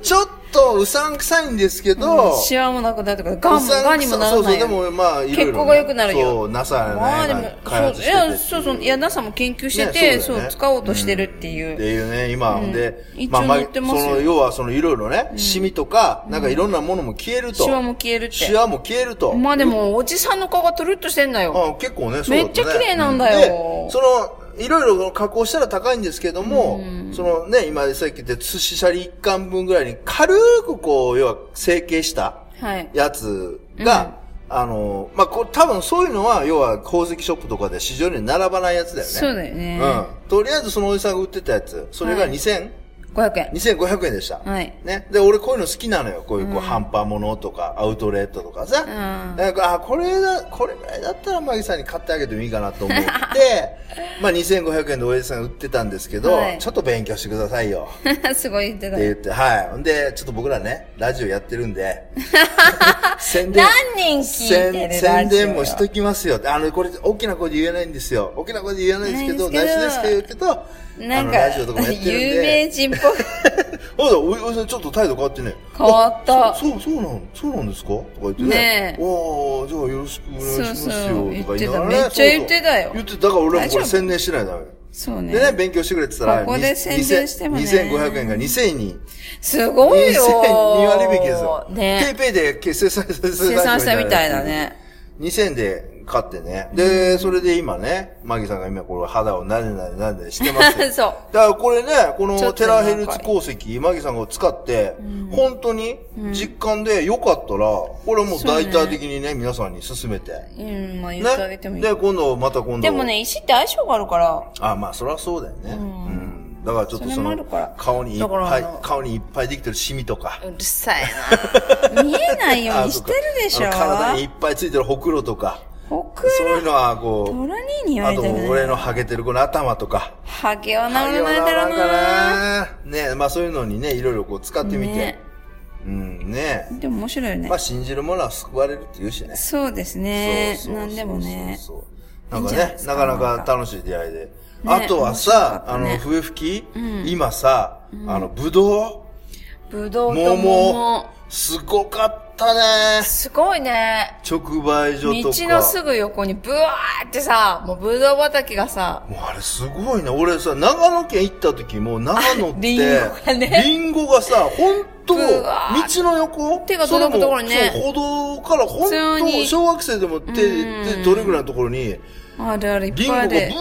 Speaker 2: ちょっとうさんくさいんですけど、
Speaker 1: シワもなくなるとか、ガンも、
Speaker 2: うさんくさ
Speaker 1: ガンにもなら
Speaker 2: そう
Speaker 1: な
Speaker 2: そう、
Speaker 1: い
Speaker 2: で
Speaker 1: よ。
Speaker 2: もまあ、いろ
Speaker 1: 血
Speaker 2: いろね、
Speaker 1: 行が良くなるよ
Speaker 2: そう、NASA
Speaker 1: まあで
Speaker 2: や
Speaker 1: も
Speaker 2: ね、、開
Speaker 1: そう、
Speaker 2: 発し
Speaker 1: い
Speaker 2: ててってい
Speaker 1: や、そうそう、いや、NASA も研究して
Speaker 2: ねそうだ
Speaker 1: て、
Speaker 2: よね
Speaker 1: そう、使おうとしてるってい
Speaker 2: っ
Speaker 1: う。
Speaker 2: ていうね、今、
Speaker 1: うん
Speaker 2: で、
Speaker 1: 一
Speaker 2: まあ
Speaker 1: 応
Speaker 2: まあ
Speaker 1: 載ってますよ
Speaker 2: その、要はその、いろいろね、シミとか、なんかいろんなものも消えると。
Speaker 1: シワも消えるって
Speaker 2: シワも消えると。
Speaker 1: まあでも、おじさんの顔がトゥルッとしてんだよ。
Speaker 2: あ結構ね、そうだったね
Speaker 1: めっちゃ綺麗なんだよ
Speaker 2: で、その、いろいろ加工したら高いんですけども、そのね、今さっき言った寿司シャリ1貫分ぐらいに軽くこう、要は成形した
Speaker 1: はい。
Speaker 2: やつが、あの、まあ、こう多分そういうのは、要は宝石ショップとかで市場に並ばないやつだよね。
Speaker 1: そうだよね。
Speaker 2: うん。とりあえずそのおじさんが売ってたやつ、それが
Speaker 1: はい
Speaker 2: 2000、
Speaker 1: 500円。
Speaker 2: 2500円でした。
Speaker 1: はい
Speaker 2: ね。で、俺こういうの好きなのよ。こういう、こう、ハンパものとか、アウトレットとかさ。
Speaker 1: ん
Speaker 2: なんか、あ、これだ、これぐらいだったら、マギさんに買ってあげてもいいかなと 思って、まあ、2500円でおやじさんが売ってたんですけど、
Speaker 1: はい
Speaker 2: ちょっと勉強してくださいよ。っ
Speaker 1: すごい言ってた
Speaker 2: て。言って、はい。んで、ちょっと僕らね、ラジオやってる んで、宣伝。
Speaker 1: 何人聞いてる
Speaker 2: 宣
Speaker 1: ラ
Speaker 2: 宣
Speaker 1: ジオ
Speaker 2: 伝もしときますよ。あの、これ、大きな声で言えないんですよ。大きな声で言えないんですけど、
Speaker 1: ないん
Speaker 2: 内
Speaker 1: ですけど
Speaker 2: 緒ですって言うけど、
Speaker 1: な
Speaker 2: あ
Speaker 1: ん
Speaker 2: の
Speaker 1: か
Speaker 2: ラジオとかもやっ、てるんで。
Speaker 1: 有名人っぽ く。
Speaker 2: あだ、おじさんちょっと態度変わってね。
Speaker 1: 変わった
Speaker 2: あそう、そうそうなん、そうなんですかとか言ってね。
Speaker 1: ねえ
Speaker 2: おーじゃあよろしくお願いしますよ。
Speaker 1: そうそう
Speaker 2: とか言いながら、
Speaker 1: 言ってためっちゃ言ってたよ
Speaker 2: そうそう言って、だから俺もこ
Speaker 1: 大丈夫
Speaker 2: れ宣伝しないとダメ。
Speaker 1: そう
Speaker 2: でね、
Speaker 1: ね。
Speaker 2: 勉強してくれって言ったら、
Speaker 1: ここで宣伝してもね
Speaker 2: 2500円が2000円に。
Speaker 1: すごいよ
Speaker 2: 2000 2割引きですよ。ペイ
Speaker 1: ね。
Speaker 2: ペイで決済され生
Speaker 1: 生産したみたいだ。ね。
Speaker 2: 2000で買ってね。で、それで今ね、マギさんが今これ肌をなでなでなでしてます よ。
Speaker 1: そう。
Speaker 2: だからこれね、こ
Speaker 1: ちょ
Speaker 2: の
Speaker 1: っと
Speaker 2: テ
Speaker 1: ね
Speaker 2: ラヘルツ鉱石、マギさんが使って、本当に実感で良かったら、これもう大体的にね、皆さんに勧めて。
Speaker 1: うん、まあ言ってあげ
Speaker 2: ね。
Speaker 1: てもいい。
Speaker 2: で、今度、また今度。
Speaker 1: でもね、石って相性があるから、
Speaker 2: あ、まあ、そりゃそうだよね。うん。だからちょっとそ
Speaker 1: それもあ
Speaker 2: の
Speaker 1: るから、
Speaker 2: 顔にいっ
Speaker 1: だから
Speaker 2: ぱ
Speaker 1: あ
Speaker 2: い
Speaker 1: の、
Speaker 2: 顔にいっぱいできてるシミとか。
Speaker 1: うるさいな。 見えないようにしてるでしょ。
Speaker 2: あそうかあの体にいっぱいついてるほくろとか。
Speaker 1: ほく
Speaker 2: そういう
Speaker 1: ら、
Speaker 2: のは、こ
Speaker 1: ド
Speaker 2: う。
Speaker 1: ラにーに言わ
Speaker 2: あ
Speaker 1: れ
Speaker 2: と、
Speaker 1: てる
Speaker 2: 俺
Speaker 1: ね。
Speaker 2: のハゲてるこの頭とか。
Speaker 1: ハゲは治ら
Speaker 2: ハ
Speaker 1: な
Speaker 2: ゲ
Speaker 1: い
Speaker 2: は治
Speaker 1: だろうな。
Speaker 2: らんかな。ねまあそういうのにね、いろいろこう使ってみて
Speaker 1: ね。
Speaker 2: うん、ね
Speaker 1: でも面白いよね
Speaker 2: まあ。信じるものは救われるって言うしね。
Speaker 1: そうですね。なんでもね。
Speaker 2: そうそうそうそうなんか
Speaker 1: いいんじゃない
Speaker 2: ね
Speaker 1: で、すか
Speaker 2: なかなか楽しい出会いで。あとはさ、あ
Speaker 1: 面
Speaker 2: の、
Speaker 1: 白
Speaker 2: 笛吹き、今さ、あの、ぶど
Speaker 1: ぶど
Speaker 2: う
Speaker 1: うと
Speaker 2: 桃
Speaker 1: 桃。
Speaker 2: すごかったね。
Speaker 1: すごいね。
Speaker 2: 直売所
Speaker 1: 道
Speaker 2: とか。
Speaker 1: のすぐ横にブワーってさ、もうぶどう畑がさ、
Speaker 2: もうあれすごいね。俺さ、長野県行った時も、長野 っ
Speaker 1: あ
Speaker 2: て、
Speaker 1: リンゴがね
Speaker 2: リンゴがさ、ほんと、
Speaker 1: う
Speaker 2: 道
Speaker 1: わ
Speaker 2: の横
Speaker 1: 手が届くところにね
Speaker 2: それもそう、歩道からほん
Speaker 1: 普通
Speaker 2: と、
Speaker 1: に
Speaker 2: 小学生でも手、手取れぐらいのところに、
Speaker 1: あれあれい
Speaker 2: リ
Speaker 1: っ
Speaker 2: ンゴ
Speaker 1: ぱ
Speaker 2: が
Speaker 1: い
Speaker 2: ブワ
Speaker 1: で。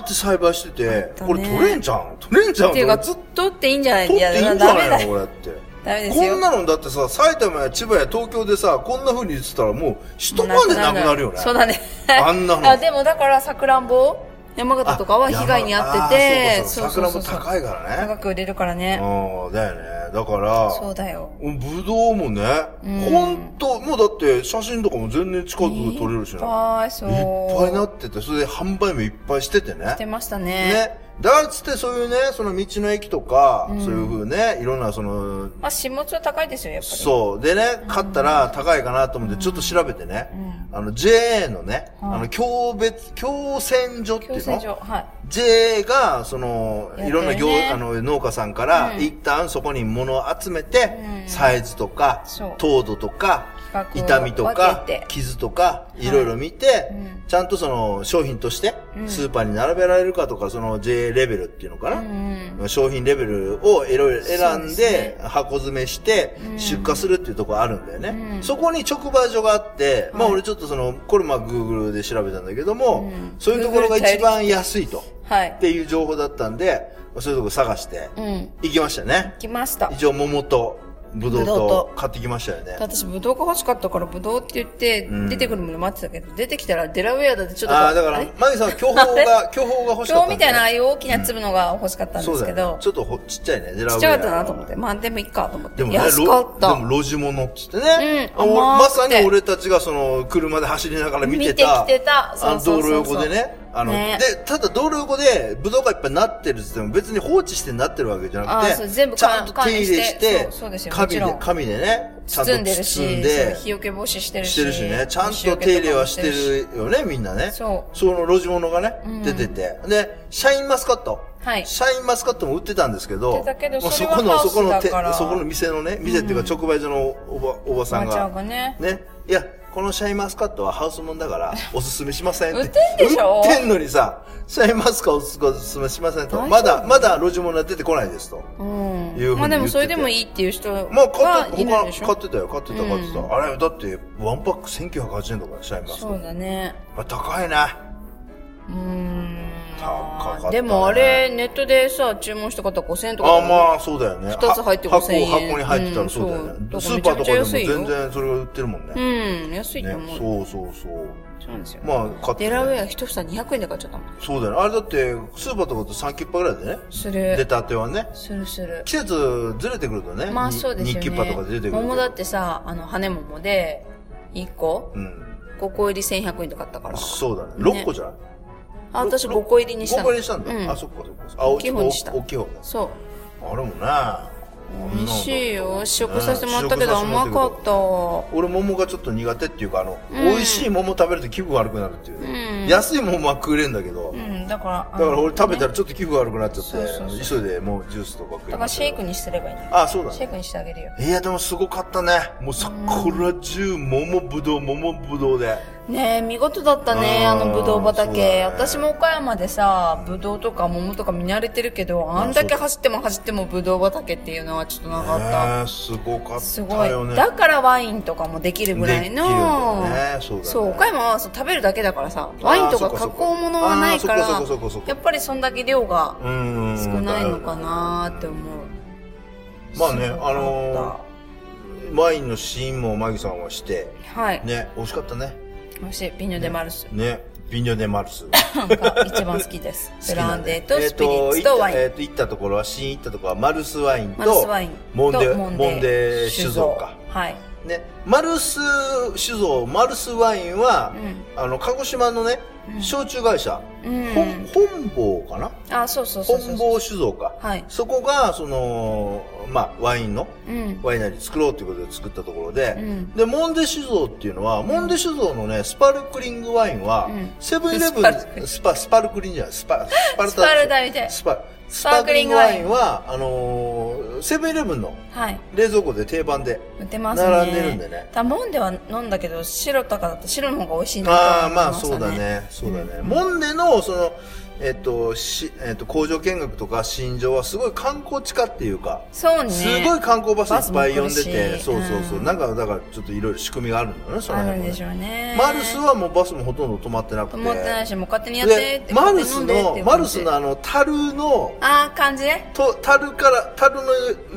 Speaker 2: ーって栽培してて、
Speaker 1: たね
Speaker 2: これ取れんじゃん取れんじゃん
Speaker 1: っていうか、
Speaker 2: これずっと
Speaker 1: 取っていいんじゃない
Speaker 2: 取っていいんじゃないのこれって。
Speaker 1: ダメですよ
Speaker 2: こんなのだってさ、埼玉や千葉や東京でさ、こんな風に言ってたらもう一晩でなくなるよね。
Speaker 1: そうだね。
Speaker 2: あんなの
Speaker 1: あ、でもだから、さくらんぼ山形とかは被害に遭ってて、
Speaker 2: あ山あそうかそうか桜も高いからね。
Speaker 1: 高く売れるからね。
Speaker 2: ああ、だよね。だから、
Speaker 1: そうだよ。
Speaker 2: ぶどうもね、ほんと、もうだって写真とかも全然近くで撮れるし
Speaker 1: いっ
Speaker 2: な。
Speaker 1: ぱい、そう。
Speaker 2: いっぱいなってて、それで販売もいっぱいしててね。
Speaker 1: してましたね。
Speaker 2: ね。だからつってそういうね、その道の駅とか、そういうふうね、いろんなその、
Speaker 1: まあ、始末は高いですよ、やっぱり。
Speaker 2: そう。でね、買ったら高いかなと思って、ちょっと調べてね、あの、JA のね、あの、共別、共選所ってい
Speaker 1: 強
Speaker 2: う
Speaker 1: 制
Speaker 2: の
Speaker 1: 上、はい。
Speaker 2: JA が、その、
Speaker 1: やってるね
Speaker 2: いろんな業、あの、農家さんから、一旦そこに物を集めて、サイズとか
Speaker 1: そう、
Speaker 2: 糖度とか、
Speaker 1: 企画
Speaker 2: 痛
Speaker 1: を
Speaker 2: みと
Speaker 1: 分
Speaker 2: か
Speaker 1: けて、
Speaker 2: 傷とか、いろいろ見て、ちゃんとその、商品として、スーパーに並べられるかとか、その JA レベルっていうのかな、商品レベルをいろいろ選ん
Speaker 1: そうで
Speaker 2: で、箱詰めして、出荷するっていうところあるんだよね。そこに直売所があって、まあ俺ちょっとその、これまあ Google で調べたんだけども、そういうところが一番安いと。
Speaker 1: はい
Speaker 2: っ。ていう情報だったんで、そういうとこ探して、
Speaker 1: うん。
Speaker 2: 行きましたね。
Speaker 1: 来ました。
Speaker 2: 一応桃と、ぶどう
Speaker 1: ぶどう
Speaker 2: と
Speaker 1: と、
Speaker 2: 買ってきましたよね。
Speaker 1: 私、ぶどうが欲しかったから、ぶどうって言って、出てくるもの待ってたけど、出てきたらデラウェアだってちょっとこう。
Speaker 2: ああ、だから
Speaker 1: あれ、
Speaker 2: マギさん、巨峰が、巨峰が欲しか
Speaker 1: 今
Speaker 2: っ
Speaker 1: 日
Speaker 2: たん
Speaker 1: み
Speaker 2: だ
Speaker 1: たいな
Speaker 2: よ
Speaker 1: あ
Speaker 2: ね。
Speaker 1: あいう大きな粒のが欲しかったんですけ
Speaker 2: そうだよ
Speaker 1: ど
Speaker 2: ね。ち、ょっとほちっちゃいね、デラウェア
Speaker 1: ちっちゃかったなと思って。。まあでもいいかと思って。
Speaker 2: でもね、
Speaker 1: 安かっ
Speaker 2: ろ
Speaker 1: た。
Speaker 2: でも路地物っつってね。
Speaker 1: うん
Speaker 2: あ俺
Speaker 1: 甘くて
Speaker 2: まさに俺たちがその、車で走りながら見てた。
Speaker 1: 見てきてた
Speaker 2: あ
Speaker 1: そう
Speaker 2: の、
Speaker 1: そ
Speaker 2: 道
Speaker 1: うそうそ
Speaker 2: 路
Speaker 1: う
Speaker 2: 横でね。あの、
Speaker 1: ね
Speaker 2: で、ただ道路横で、ぶどうがいっぱいなってるっつっても別に放置してなってるわけじゃな
Speaker 1: あー
Speaker 2: く
Speaker 1: そう
Speaker 2: て、
Speaker 1: 全部
Speaker 2: ちゃんと
Speaker 1: 管
Speaker 2: 手
Speaker 1: 理
Speaker 2: 入れして
Speaker 1: そうそうです、よも
Speaker 2: 紙
Speaker 1: ちろん
Speaker 2: で、紙でね、ちゃんと
Speaker 1: 包んでるし、
Speaker 2: 包んで
Speaker 1: そう、日よけ防止してるし。
Speaker 2: してるしね。ちゃんと手入れはしてるよね、みんなね。
Speaker 1: そう
Speaker 2: その路地物がね、出てて。で、シャインマスカット。
Speaker 1: はい
Speaker 2: シャインマスカットも売ってたんですけ
Speaker 1: 売
Speaker 2: ど
Speaker 1: ってたけ、ど
Speaker 2: も
Speaker 1: そ
Speaker 2: うそ
Speaker 1: れは
Speaker 2: この、
Speaker 1: ハウ
Speaker 2: そ
Speaker 1: ス
Speaker 2: この
Speaker 1: だ
Speaker 2: 手、
Speaker 1: から
Speaker 2: そこの店のね、店っていうか直売所のおば、おば
Speaker 1: お
Speaker 2: さん
Speaker 1: ばちゃん
Speaker 2: が
Speaker 1: が、ね。
Speaker 2: ね、いや、このシャインマスカットはハウスもんだから、おすすめしませんって。
Speaker 1: 売ってんでしょ
Speaker 2: 売ってんのにさ、シャインマスカットおすすめしませんと。
Speaker 1: 大丈夫
Speaker 2: まだ、まだ路地物は出てこないですと。
Speaker 1: うん。
Speaker 2: いうふうに言ってて
Speaker 1: まあでもそれでもいいっていう人
Speaker 2: まあ、買
Speaker 1: が
Speaker 2: って、
Speaker 1: いる
Speaker 2: 他
Speaker 1: でしょ。
Speaker 2: 買ってたよ、買ってた、買ってた。あれ、だって、ワンパック1980円とかねシャインマスカット
Speaker 1: そうだね。
Speaker 2: まあ、高いな。
Speaker 1: うーん。
Speaker 2: 高かったね
Speaker 1: でもあれ、ネットでさ、注文した方5000円とかだ
Speaker 2: あ
Speaker 1: もんね。
Speaker 2: まあ、そうだよね。
Speaker 1: 二つ入って
Speaker 2: 箱
Speaker 1: 5000円
Speaker 2: 箱に入ってたらそうだよね。
Speaker 1: うん
Speaker 2: ス
Speaker 1: そう
Speaker 2: ー
Speaker 1: だ
Speaker 2: パ
Speaker 1: からめ
Speaker 2: ーとか
Speaker 1: ちゃめち
Speaker 2: でも
Speaker 1: ゃ安いよ
Speaker 2: 全然それが売ってるもんね。
Speaker 1: うん、安い
Speaker 2: ね
Speaker 1: と思う。
Speaker 2: そうそうそう。
Speaker 1: そうなんですよ。
Speaker 2: まあ、買って、
Speaker 1: デラウェア一房200円で買っちゃったもん。
Speaker 2: そうだよね。あれだって、スーパーとかだと3キッパぐらいでね。
Speaker 1: す
Speaker 2: 出
Speaker 1: る。
Speaker 2: たてはね。
Speaker 1: するする。
Speaker 2: 季節ずれてくるとね。
Speaker 1: まあそうですよね。
Speaker 2: 2キッパとかで出てくるけど。
Speaker 1: 桃だってさ、あの、羽桃で、1個
Speaker 2: う、ん。
Speaker 1: 5個入り1100円で買ったから。
Speaker 2: そうだね。
Speaker 1: ね
Speaker 2: 6個じゃない
Speaker 1: あ、私5個入りにした
Speaker 2: 5
Speaker 1: の。
Speaker 2: 個入りしたんだ。
Speaker 1: うん
Speaker 2: あ、そっかそっか。あ、大
Speaker 1: 大きい方にした
Speaker 2: 大きい方ね。
Speaker 1: そう。
Speaker 2: あれもね。
Speaker 1: 美味しいよ。試食
Speaker 2: ね
Speaker 1: させてもらったけど
Speaker 2: 試食させ
Speaker 1: 甘
Speaker 2: てもら
Speaker 1: か
Speaker 2: ったけ
Speaker 1: った。
Speaker 2: 俺桃がちょっと苦手っていうかあの、
Speaker 1: ん
Speaker 2: 美味しい桃食べると気分悪くなるっていうね、
Speaker 1: うん
Speaker 2: 安い桃は食えれんだけど、
Speaker 1: う
Speaker 2: だ
Speaker 1: ん、だから。あの
Speaker 2: から俺食べた
Speaker 1: ね
Speaker 2: らちょっと気分悪くなっちゃって、
Speaker 1: そうそう
Speaker 2: 急いでもうジュースとか食い
Speaker 1: だか
Speaker 2: ま
Speaker 1: ら
Speaker 2: し
Speaker 1: シ
Speaker 2: た
Speaker 1: ェ
Speaker 2: け
Speaker 1: イ
Speaker 2: ど
Speaker 1: クにすればいいの。
Speaker 2: あそうだ
Speaker 1: シェイ
Speaker 2: ね
Speaker 1: クにしてあげるよ。
Speaker 2: いやでもすごかったねもう桜中桃ぶどう桃ぶどうで
Speaker 1: ねえ見事だったねあ
Speaker 2: あー
Speaker 1: のぶどう
Speaker 2: そうだ
Speaker 1: 畑
Speaker 2: ね
Speaker 1: 私も岡山でさぶどうとか桃とか見慣れてるけどあんだけ走っても走ってもぶどう畑っていうのはちょっとなかった、
Speaker 2: ねえすごかっ
Speaker 1: すご
Speaker 2: たよ
Speaker 1: い
Speaker 2: ね
Speaker 1: だからワインとかもできるぐらいの、
Speaker 2: できるんだよねそうだね
Speaker 1: 岡山はそう食べるだけだからさ
Speaker 2: あー
Speaker 1: ワインとか
Speaker 2: そっか
Speaker 1: 加
Speaker 2: そっか
Speaker 1: 工ものはないから
Speaker 2: あーそっかそっかそっかそっか
Speaker 1: やっぱりそんだけ量が
Speaker 2: うん
Speaker 1: 少ないのかなーって思う
Speaker 2: まあねあのーワインのシーンもマギさんはして
Speaker 1: はい、
Speaker 2: ね美味しかったね
Speaker 1: 美味しいビニューデマルス
Speaker 2: ねビニョデマルス
Speaker 1: が一番好きですブランデーとスピリッツとワイン、
Speaker 2: えっ、と、行ったところは、新行ったところは、マルスワインと、
Speaker 1: マルスワインと
Speaker 2: モンデ、モンデ酒造か。
Speaker 1: はい
Speaker 2: ね、マルス酒造、マルスワインは、あの、鹿児島のね、焼酎会社、
Speaker 1: うん
Speaker 2: 本本坊かな
Speaker 1: あそうそうそうそう
Speaker 2: 本坊酒造か。
Speaker 1: はい
Speaker 2: そこが、その、まあ、ワインの、
Speaker 1: うん
Speaker 2: ワイナリー作ろうということで作ったところで、
Speaker 1: うん
Speaker 2: で、モンデ酒造っていうのは、モンデ酒造のね、スパルクリングワインは、
Speaker 1: うん
Speaker 2: セブンイレブ
Speaker 1: スパルクリン
Speaker 2: ン、スパ、スパルクリングじゃない、スパ、スパルタ
Speaker 1: スパルタみたい
Speaker 2: スパ、ス
Speaker 1: パ
Speaker 2: パ
Speaker 1: ー
Speaker 2: ー
Speaker 1: ク
Speaker 2: ク
Speaker 1: リ
Speaker 2: リ
Speaker 1: ン
Speaker 2: ン
Speaker 1: グ
Speaker 2: グ
Speaker 1: ワ
Speaker 2: ワ
Speaker 1: イ
Speaker 2: イ
Speaker 1: ン
Speaker 2: ンは、あのーセブンイレブンの
Speaker 1: はい
Speaker 2: 冷蔵庫で定番で、
Speaker 1: 売ってますね
Speaker 2: 並んでるんでね。
Speaker 1: だモンデは飲んだけど白とかだと白の方が美味しいな
Speaker 2: ああ、
Speaker 1: と思
Speaker 2: まあ
Speaker 1: って
Speaker 2: そう
Speaker 1: ま
Speaker 2: だ
Speaker 1: したね
Speaker 2: ね。そうだね。モンデの、その、えっと、し、えっと、工場見学とか新庄はすごい観光地化っていうか、
Speaker 1: そうね
Speaker 2: すごい観光バスいっぱい呼んで
Speaker 1: バ
Speaker 2: て、
Speaker 1: スも来
Speaker 2: そう
Speaker 1: るし
Speaker 2: そうそう。
Speaker 1: うん
Speaker 2: なんか、だからちょっといろいろ仕組みがあるんだよね、その
Speaker 1: あるん
Speaker 2: 辺も
Speaker 1: で
Speaker 2: ね
Speaker 1: しょうね
Speaker 2: マルスはもうバスもほとんど止まってなくて。
Speaker 1: 思ってないしもう勝手にやってって
Speaker 2: でマルス
Speaker 1: 勝手に飲んでってい
Speaker 2: の、
Speaker 1: う感
Speaker 2: マル
Speaker 1: じ
Speaker 2: スのあの、樽の、
Speaker 1: ああ感じね
Speaker 2: と、樽から、樽の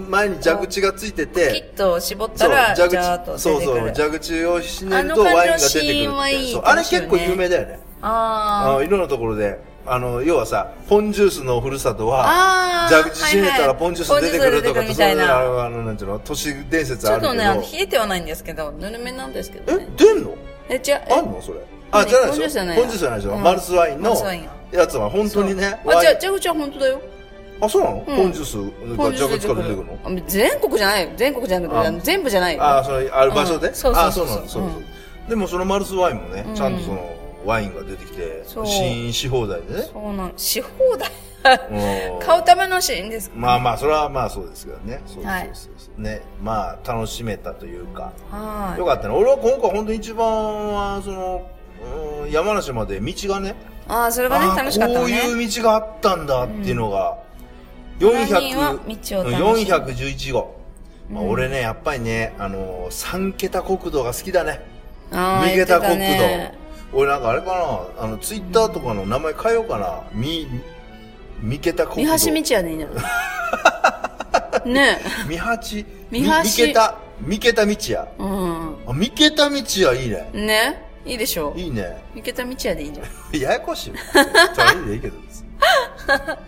Speaker 2: 前に蛇口がついて
Speaker 1: き
Speaker 2: て、
Speaker 1: っと絞ったらジャーッと
Speaker 2: そ
Speaker 1: 出
Speaker 2: う
Speaker 1: て
Speaker 2: そ
Speaker 1: く
Speaker 2: う、
Speaker 1: る
Speaker 2: 蛇口をひねる
Speaker 1: あの
Speaker 2: と
Speaker 1: 感じの
Speaker 2: ワインが出て
Speaker 1: シ
Speaker 2: くるってい
Speaker 1: ーンは
Speaker 2: う
Speaker 1: いい
Speaker 2: そう
Speaker 1: か
Speaker 2: あ
Speaker 1: もしれな
Speaker 2: れ結
Speaker 1: い
Speaker 2: 構有名だよね。あ
Speaker 1: あ
Speaker 2: のいろんなところで、あの、要はさ、ポンジュースのふるさとは
Speaker 1: あ、ー
Speaker 2: 蛇口閉めた
Speaker 1: はいは
Speaker 2: ら
Speaker 1: い
Speaker 2: ポンジュース出てくると
Speaker 1: ポ
Speaker 2: か
Speaker 1: ン
Speaker 2: っ
Speaker 1: ジュー
Speaker 2: て、
Speaker 1: ス
Speaker 2: そ
Speaker 1: 出
Speaker 2: う
Speaker 1: てくる
Speaker 2: い
Speaker 1: みた
Speaker 2: う
Speaker 1: いな
Speaker 2: あの、あのなんていうの、都市伝
Speaker 1: あ
Speaker 2: 説
Speaker 1: ちょ
Speaker 2: あ
Speaker 1: っ
Speaker 2: るけ
Speaker 1: と
Speaker 2: ど。
Speaker 1: ねあの冷えてはないんですけどぬるめなんですけど
Speaker 2: え
Speaker 1: ね、
Speaker 2: 出んの
Speaker 1: え違うえ
Speaker 2: あんのそれ。あ、じゃない
Speaker 1: ポンジュー
Speaker 2: で
Speaker 1: ス
Speaker 2: し
Speaker 1: じゃ
Speaker 2: ょ。
Speaker 1: ない
Speaker 2: ポンジュースじゃないでしょ。
Speaker 1: うん
Speaker 2: マルスワイン
Speaker 1: マ
Speaker 2: の
Speaker 1: ルスワイン
Speaker 2: やつは本当にね、
Speaker 1: あ
Speaker 2: ワイ
Speaker 1: 違う
Speaker 2: ン
Speaker 1: じゃ口は本当だよ
Speaker 2: あ、そうなのポンジュース
Speaker 1: ポ
Speaker 2: が
Speaker 1: ンジュー
Speaker 2: 蛇
Speaker 1: ス
Speaker 2: 口から出てくるの
Speaker 1: あ全国じゃないよ全国じゃなくて
Speaker 2: あ
Speaker 1: あの全部じゃないよ
Speaker 2: ああ、それ、ある場所
Speaker 1: う
Speaker 2: で
Speaker 1: んそうそうそう
Speaker 2: あそうなの、そうそう
Speaker 1: う
Speaker 2: でもそのマルスワインもね
Speaker 1: ん、
Speaker 2: ちゃんとその、ワインが出てきて、
Speaker 1: そう
Speaker 2: 試飲し放題でね。
Speaker 1: そうなのし放題
Speaker 2: うん
Speaker 1: 買うためのシーンですか
Speaker 2: まあまあ、それはまあそうですけどね。そうそう
Speaker 1: はい
Speaker 2: そうそうね。まあ、楽しめたというか。
Speaker 1: はー
Speaker 2: よ
Speaker 1: い
Speaker 2: かったね。俺は今回本当に一番は、その、うん山梨まで道がね、
Speaker 1: ああそれが
Speaker 2: あ
Speaker 1: ね
Speaker 2: ー
Speaker 1: 楽しかった
Speaker 2: こ
Speaker 1: の
Speaker 2: う
Speaker 1: ね
Speaker 2: いう道があったんだっていうのが、
Speaker 1: ランニングは道を楽しむ
Speaker 2: 411号。まあ、俺ね、やっぱりね、あの3桁国土が好きだね。
Speaker 1: ああ
Speaker 2: 三
Speaker 1: 言って
Speaker 2: 桁
Speaker 1: た
Speaker 2: 国土、
Speaker 1: ね
Speaker 2: 俺なんかあれかなあのツイッターとかの名前変えようかなみ三桁
Speaker 1: 三
Speaker 2: 国土
Speaker 1: 橋道也 でいいんじゃないね
Speaker 2: 三八
Speaker 1: 三
Speaker 2: み
Speaker 1: 橋
Speaker 2: 三桁三桁道也
Speaker 1: えうん
Speaker 2: あ三桁道也いいね
Speaker 1: ねいいでしょ
Speaker 2: いいね
Speaker 1: 三桁道也でいいんじゃん
Speaker 2: ややこ しいわじゃあいいでいいけど別に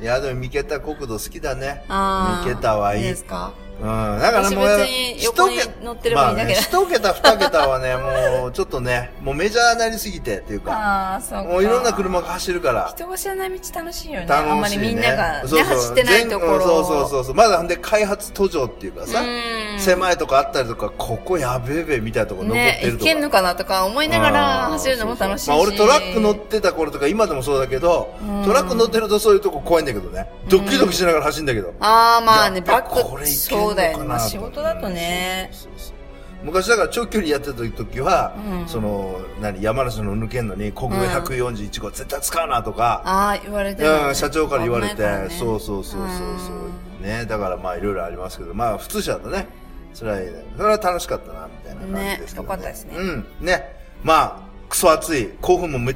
Speaker 2: いやでも三桁国土好きだね
Speaker 1: ああ
Speaker 2: 三桁はいい
Speaker 1: ですか
Speaker 2: うん、だからもう
Speaker 1: 私別に横に乗ってればいいだけだ
Speaker 2: 一桁二桁はね もうちょっとねもうメジャーなりすぎてっていうか
Speaker 1: ああそうか
Speaker 2: もういろんな車が走るから
Speaker 1: 人が知らない道楽しいよねあん
Speaker 2: 楽
Speaker 1: ま
Speaker 2: し
Speaker 1: り
Speaker 2: い
Speaker 1: み
Speaker 2: ね
Speaker 1: んながね
Speaker 2: そうそう
Speaker 1: 走ってないところ
Speaker 2: 全うんそうそうそうそうまだほんで開発途上っていうかさ
Speaker 1: うん
Speaker 2: 狭いとこあったりとかここやべえべみたいなとこ残っ
Speaker 1: ね
Speaker 2: てる
Speaker 1: 行
Speaker 2: と
Speaker 1: け
Speaker 2: か、
Speaker 1: んのかなとか思いながら走るのも楽しいし
Speaker 2: まあ、俺トラック乗ってた頃とか今でもそうだけどトラック乗ってるとそういうとこ怖いんだけどねドキドキしながら走るんだけど
Speaker 1: ああまあ
Speaker 2: や
Speaker 1: ね
Speaker 2: っぱ
Speaker 1: バック
Speaker 2: これいけんのかな
Speaker 1: そうだよねまあ
Speaker 2: と
Speaker 1: 仕事だとね
Speaker 2: そうそうそう昔だから長距離やってた時は、
Speaker 1: うん
Speaker 2: その何山梨の抜けんのに国道141号絶対使うなとか、
Speaker 1: ああ言われてるよ
Speaker 2: う
Speaker 1: ね
Speaker 2: ん、社長から言われ
Speaker 1: 危
Speaker 2: て、
Speaker 1: ないらね
Speaker 2: そうそうそうそうそうねだからまあいろいろありますけどまあ普通車だねそれはいいねそれは楽しかったなみたいな感じですけど、ね、
Speaker 1: ねよかったですね
Speaker 2: うんねまあクソ暑い興奮もめ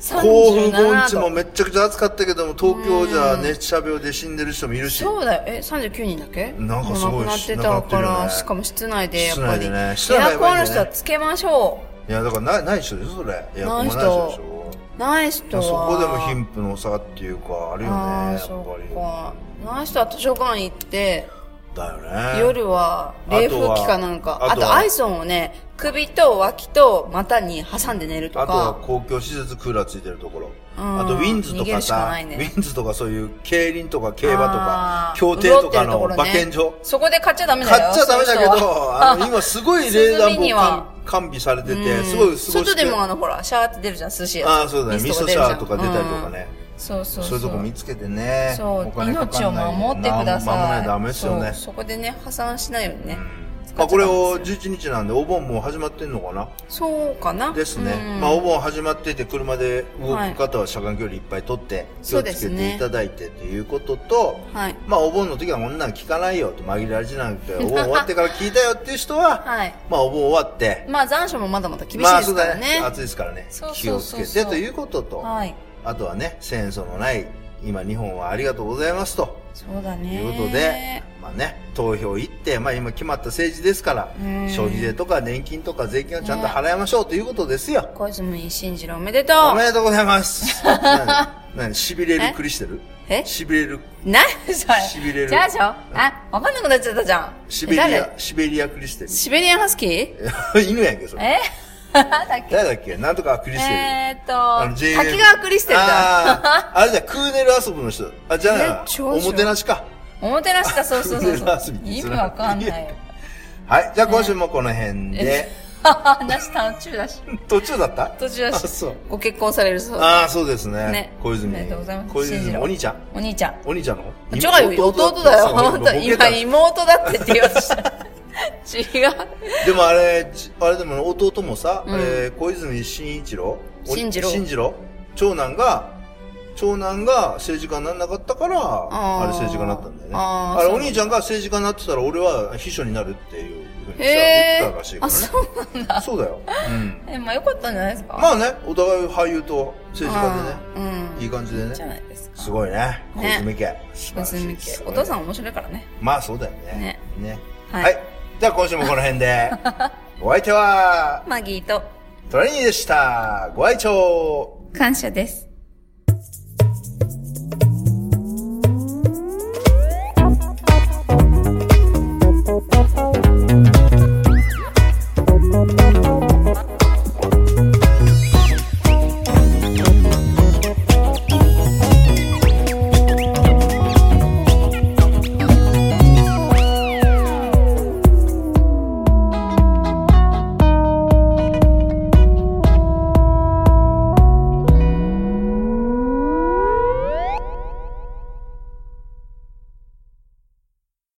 Speaker 1: 37
Speaker 2: 興奮盆地
Speaker 1: 度
Speaker 2: もめっちゃくちゃ暑かったけども東京じゃ熱射病で死んでる人もいるし
Speaker 1: そうだよえ39人だっけ
Speaker 2: なんかすごい
Speaker 1: もう亡くなって
Speaker 2: し
Speaker 1: た
Speaker 2: なくなって
Speaker 1: か
Speaker 2: るよ
Speaker 1: ら
Speaker 2: ね
Speaker 1: しかも室内でやっぱり
Speaker 2: 室内でね室
Speaker 1: エ
Speaker 2: 内が
Speaker 1: ア
Speaker 2: や
Speaker 1: コ
Speaker 2: ば
Speaker 1: ン
Speaker 2: いんだよね
Speaker 1: の人はつけましょ
Speaker 2: いやだからないない人でしょそれいや
Speaker 1: ない人
Speaker 2: 困ない人でし
Speaker 1: う
Speaker 2: ょ
Speaker 1: ない人
Speaker 2: そ
Speaker 1: は
Speaker 2: こでも貧富の差っていうかあるよね
Speaker 1: あ
Speaker 2: や
Speaker 1: あ
Speaker 2: っぱ
Speaker 1: そ
Speaker 2: り
Speaker 1: っかない人は図書館行って
Speaker 2: だよね
Speaker 1: 夜は冷風機かなんかあと
Speaker 2: あとは
Speaker 1: アイソンをね首と脇と股に挟んで寝ると
Speaker 2: あとは
Speaker 1: か
Speaker 2: 公共施設クーラーついてるところ。
Speaker 1: うん
Speaker 2: あとウィンズと
Speaker 1: 逃げる
Speaker 2: か
Speaker 1: しか
Speaker 2: さ、
Speaker 1: ないね
Speaker 2: ウィンズとかそういう競輪とか競馬と
Speaker 1: あ
Speaker 2: か
Speaker 1: ー、
Speaker 2: 競艇と
Speaker 1: 潤
Speaker 2: か
Speaker 1: ってると
Speaker 2: の
Speaker 1: ころね
Speaker 2: 馬券場。
Speaker 1: そこで買っちゃダメだ
Speaker 2: 買
Speaker 1: よ
Speaker 2: っちゃダメだ
Speaker 1: そうい
Speaker 2: け
Speaker 1: う人は
Speaker 2: ど、あの、今すごい冷
Speaker 1: 涼みに
Speaker 2: 暖
Speaker 1: は
Speaker 2: 房完完備されて
Speaker 1: う
Speaker 2: て、
Speaker 1: ん
Speaker 2: すごい過ごして。
Speaker 1: 外でもあのほらシャーって出るじゃん涼しいやつ
Speaker 2: ああ、そうだね。味
Speaker 1: ミス
Speaker 2: 噌
Speaker 1: ト
Speaker 2: シ
Speaker 1: が
Speaker 2: ャ
Speaker 1: 出る
Speaker 2: ーと
Speaker 1: じゃ
Speaker 2: か
Speaker 1: ん
Speaker 2: 出たりとかね。
Speaker 1: うんそうそう
Speaker 2: そういうとこ見つけてね。
Speaker 1: そう
Speaker 2: お金かか
Speaker 1: 命を
Speaker 2: んないよね
Speaker 1: 守ってください
Speaker 2: 守らないとダメですよね。
Speaker 1: そうそこでね破産しないようにね、
Speaker 2: うん
Speaker 1: 使っちゃった
Speaker 2: ま
Speaker 1: ん
Speaker 2: あ、これを11日なんで、お盆もう始まってんのかな
Speaker 1: そうかな
Speaker 2: ですね
Speaker 1: う。ん
Speaker 2: まあ、お盆始まってて、車で動く方は車間距離いっぱい取って、気
Speaker 1: そ
Speaker 2: を
Speaker 1: うで
Speaker 2: つ
Speaker 1: す
Speaker 2: け
Speaker 1: ね
Speaker 2: ていただいてということと、
Speaker 1: はい
Speaker 2: まあ、お盆の時はこんなの聞かないよと、紛れ味なん て、お盆終わってから聞いたよっていう人は、
Speaker 1: はい
Speaker 2: まあ、お盆終わって、
Speaker 1: まあ残暑もまだまだ厳しいですからね,、
Speaker 2: まあそうだ暑いですからね
Speaker 1: そう。
Speaker 2: 気
Speaker 1: そ
Speaker 2: を
Speaker 1: う
Speaker 2: つ
Speaker 1: そうそう
Speaker 2: けてということと、
Speaker 1: はい
Speaker 2: あとはね、戦争のない、今日本はありがとうございますと。
Speaker 1: そうだ
Speaker 2: と
Speaker 1: ね
Speaker 2: いうことで、まあね、投票行って、まあ今決まった政治ですから、
Speaker 1: うん
Speaker 2: 消費税とか年金とか税金をちゃんと払いましょうということですよ。
Speaker 1: 小泉進次郎おめでとう
Speaker 2: おめでとうござい ます。何何痺れるクリしてる
Speaker 1: え
Speaker 2: 痺れる、
Speaker 1: 何それ
Speaker 2: しびれる
Speaker 1: じゃあでしょあ、わかんなくなっちゃったじゃん。
Speaker 2: シベリ
Speaker 1: え
Speaker 2: ア
Speaker 1: 誰、
Speaker 2: シベリアクリステ
Speaker 1: シベリアンハスキー
Speaker 2: ル。 犬やんけ、それ。
Speaker 1: え なんだっけ
Speaker 2: 誰だっけなんとかクリステル。
Speaker 1: えーっと
Speaker 2: あの、JM
Speaker 1: 滝川クリステルだ。
Speaker 2: あーあれじゃ、クーネル遊ぶの人。あ、じゃあ
Speaker 1: え、長
Speaker 2: お
Speaker 1: 女
Speaker 2: もてなしか。
Speaker 1: おもてなしか、そうそうそう
Speaker 2: クーネ
Speaker 1: そ
Speaker 2: ル
Speaker 1: う
Speaker 2: 遊。びって
Speaker 1: 意
Speaker 2: そ
Speaker 1: 味
Speaker 2: れ
Speaker 1: わかんないよ。
Speaker 2: はい。じゃあ、今週もこの辺で。
Speaker 1: 話途中だし。
Speaker 2: 途中だった
Speaker 1: 途中だ
Speaker 2: あ、
Speaker 1: し。
Speaker 2: そう。
Speaker 1: ご結婚されるそうです。
Speaker 2: ああ、そうですね。
Speaker 1: ね
Speaker 2: 小泉。
Speaker 1: ありがとうございます
Speaker 2: 小
Speaker 1: 信じ
Speaker 2: 泉、
Speaker 1: ろ
Speaker 2: お兄ちゃん。
Speaker 1: お兄ちゃん。
Speaker 2: お兄ちゃんの
Speaker 1: 違うよ、弟だよ。本当今
Speaker 2: い
Speaker 1: 妹だってって言われた。 違う。
Speaker 2: でもあれ、じあれでもね弟もさ、
Speaker 1: うん
Speaker 2: えー小泉進一郎お
Speaker 1: 進次郎
Speaker 2: 進次郎長男が、長男が政治家にならなかったから、あ
Speaker 1: あー
Speaker 2: れ政治家になったんだよね。
Speaker 1: あ
Speaker 2: あ
Speaker 1: ー
Speaker 2: れ
Speaker 1: そう
Speaker 2: お兄ちゃんが政治家になってたら俺は秘書になるっていうふうにさ、
Speaker 1: へ
Speaker 2: 言ってたらしい
Speaker 1: ー。
Speaker 2: か
Speaker 1: あ、
Speaker 2: らね。
Speaker 1: そうなんだ。
Speaker 2: そうだよ。うん。
Speaker 1: え、まあよかったんじゃないですか。
Speaker 2: まあね、お互い俳優と政治家でね、
Speaker 1: うん。
Speaker 2: いい感じで
Speaker 1: じゃ
Speaker 2: ね。
Speaker 1: ないですか。
Speaker 2: すごいね。小
Speaker 1: ね
Speaker 2: 泉家。素晴らしい
Speaker 1: 娘
Speaker 2: す
Speaker 1: 系。
Speaker 2: ごい
Speaker 1: お父さん面白いからね。
Speaker 2: まあそうだよね。ね。
Speaker 1: はい
Speaker 2: はい。じゃあ今週もこの 辺で。お相手は、
Speaker 1: マギーと
Speaker 2: トラニーでした。ご愛聴
Speaker 1: 感謝です。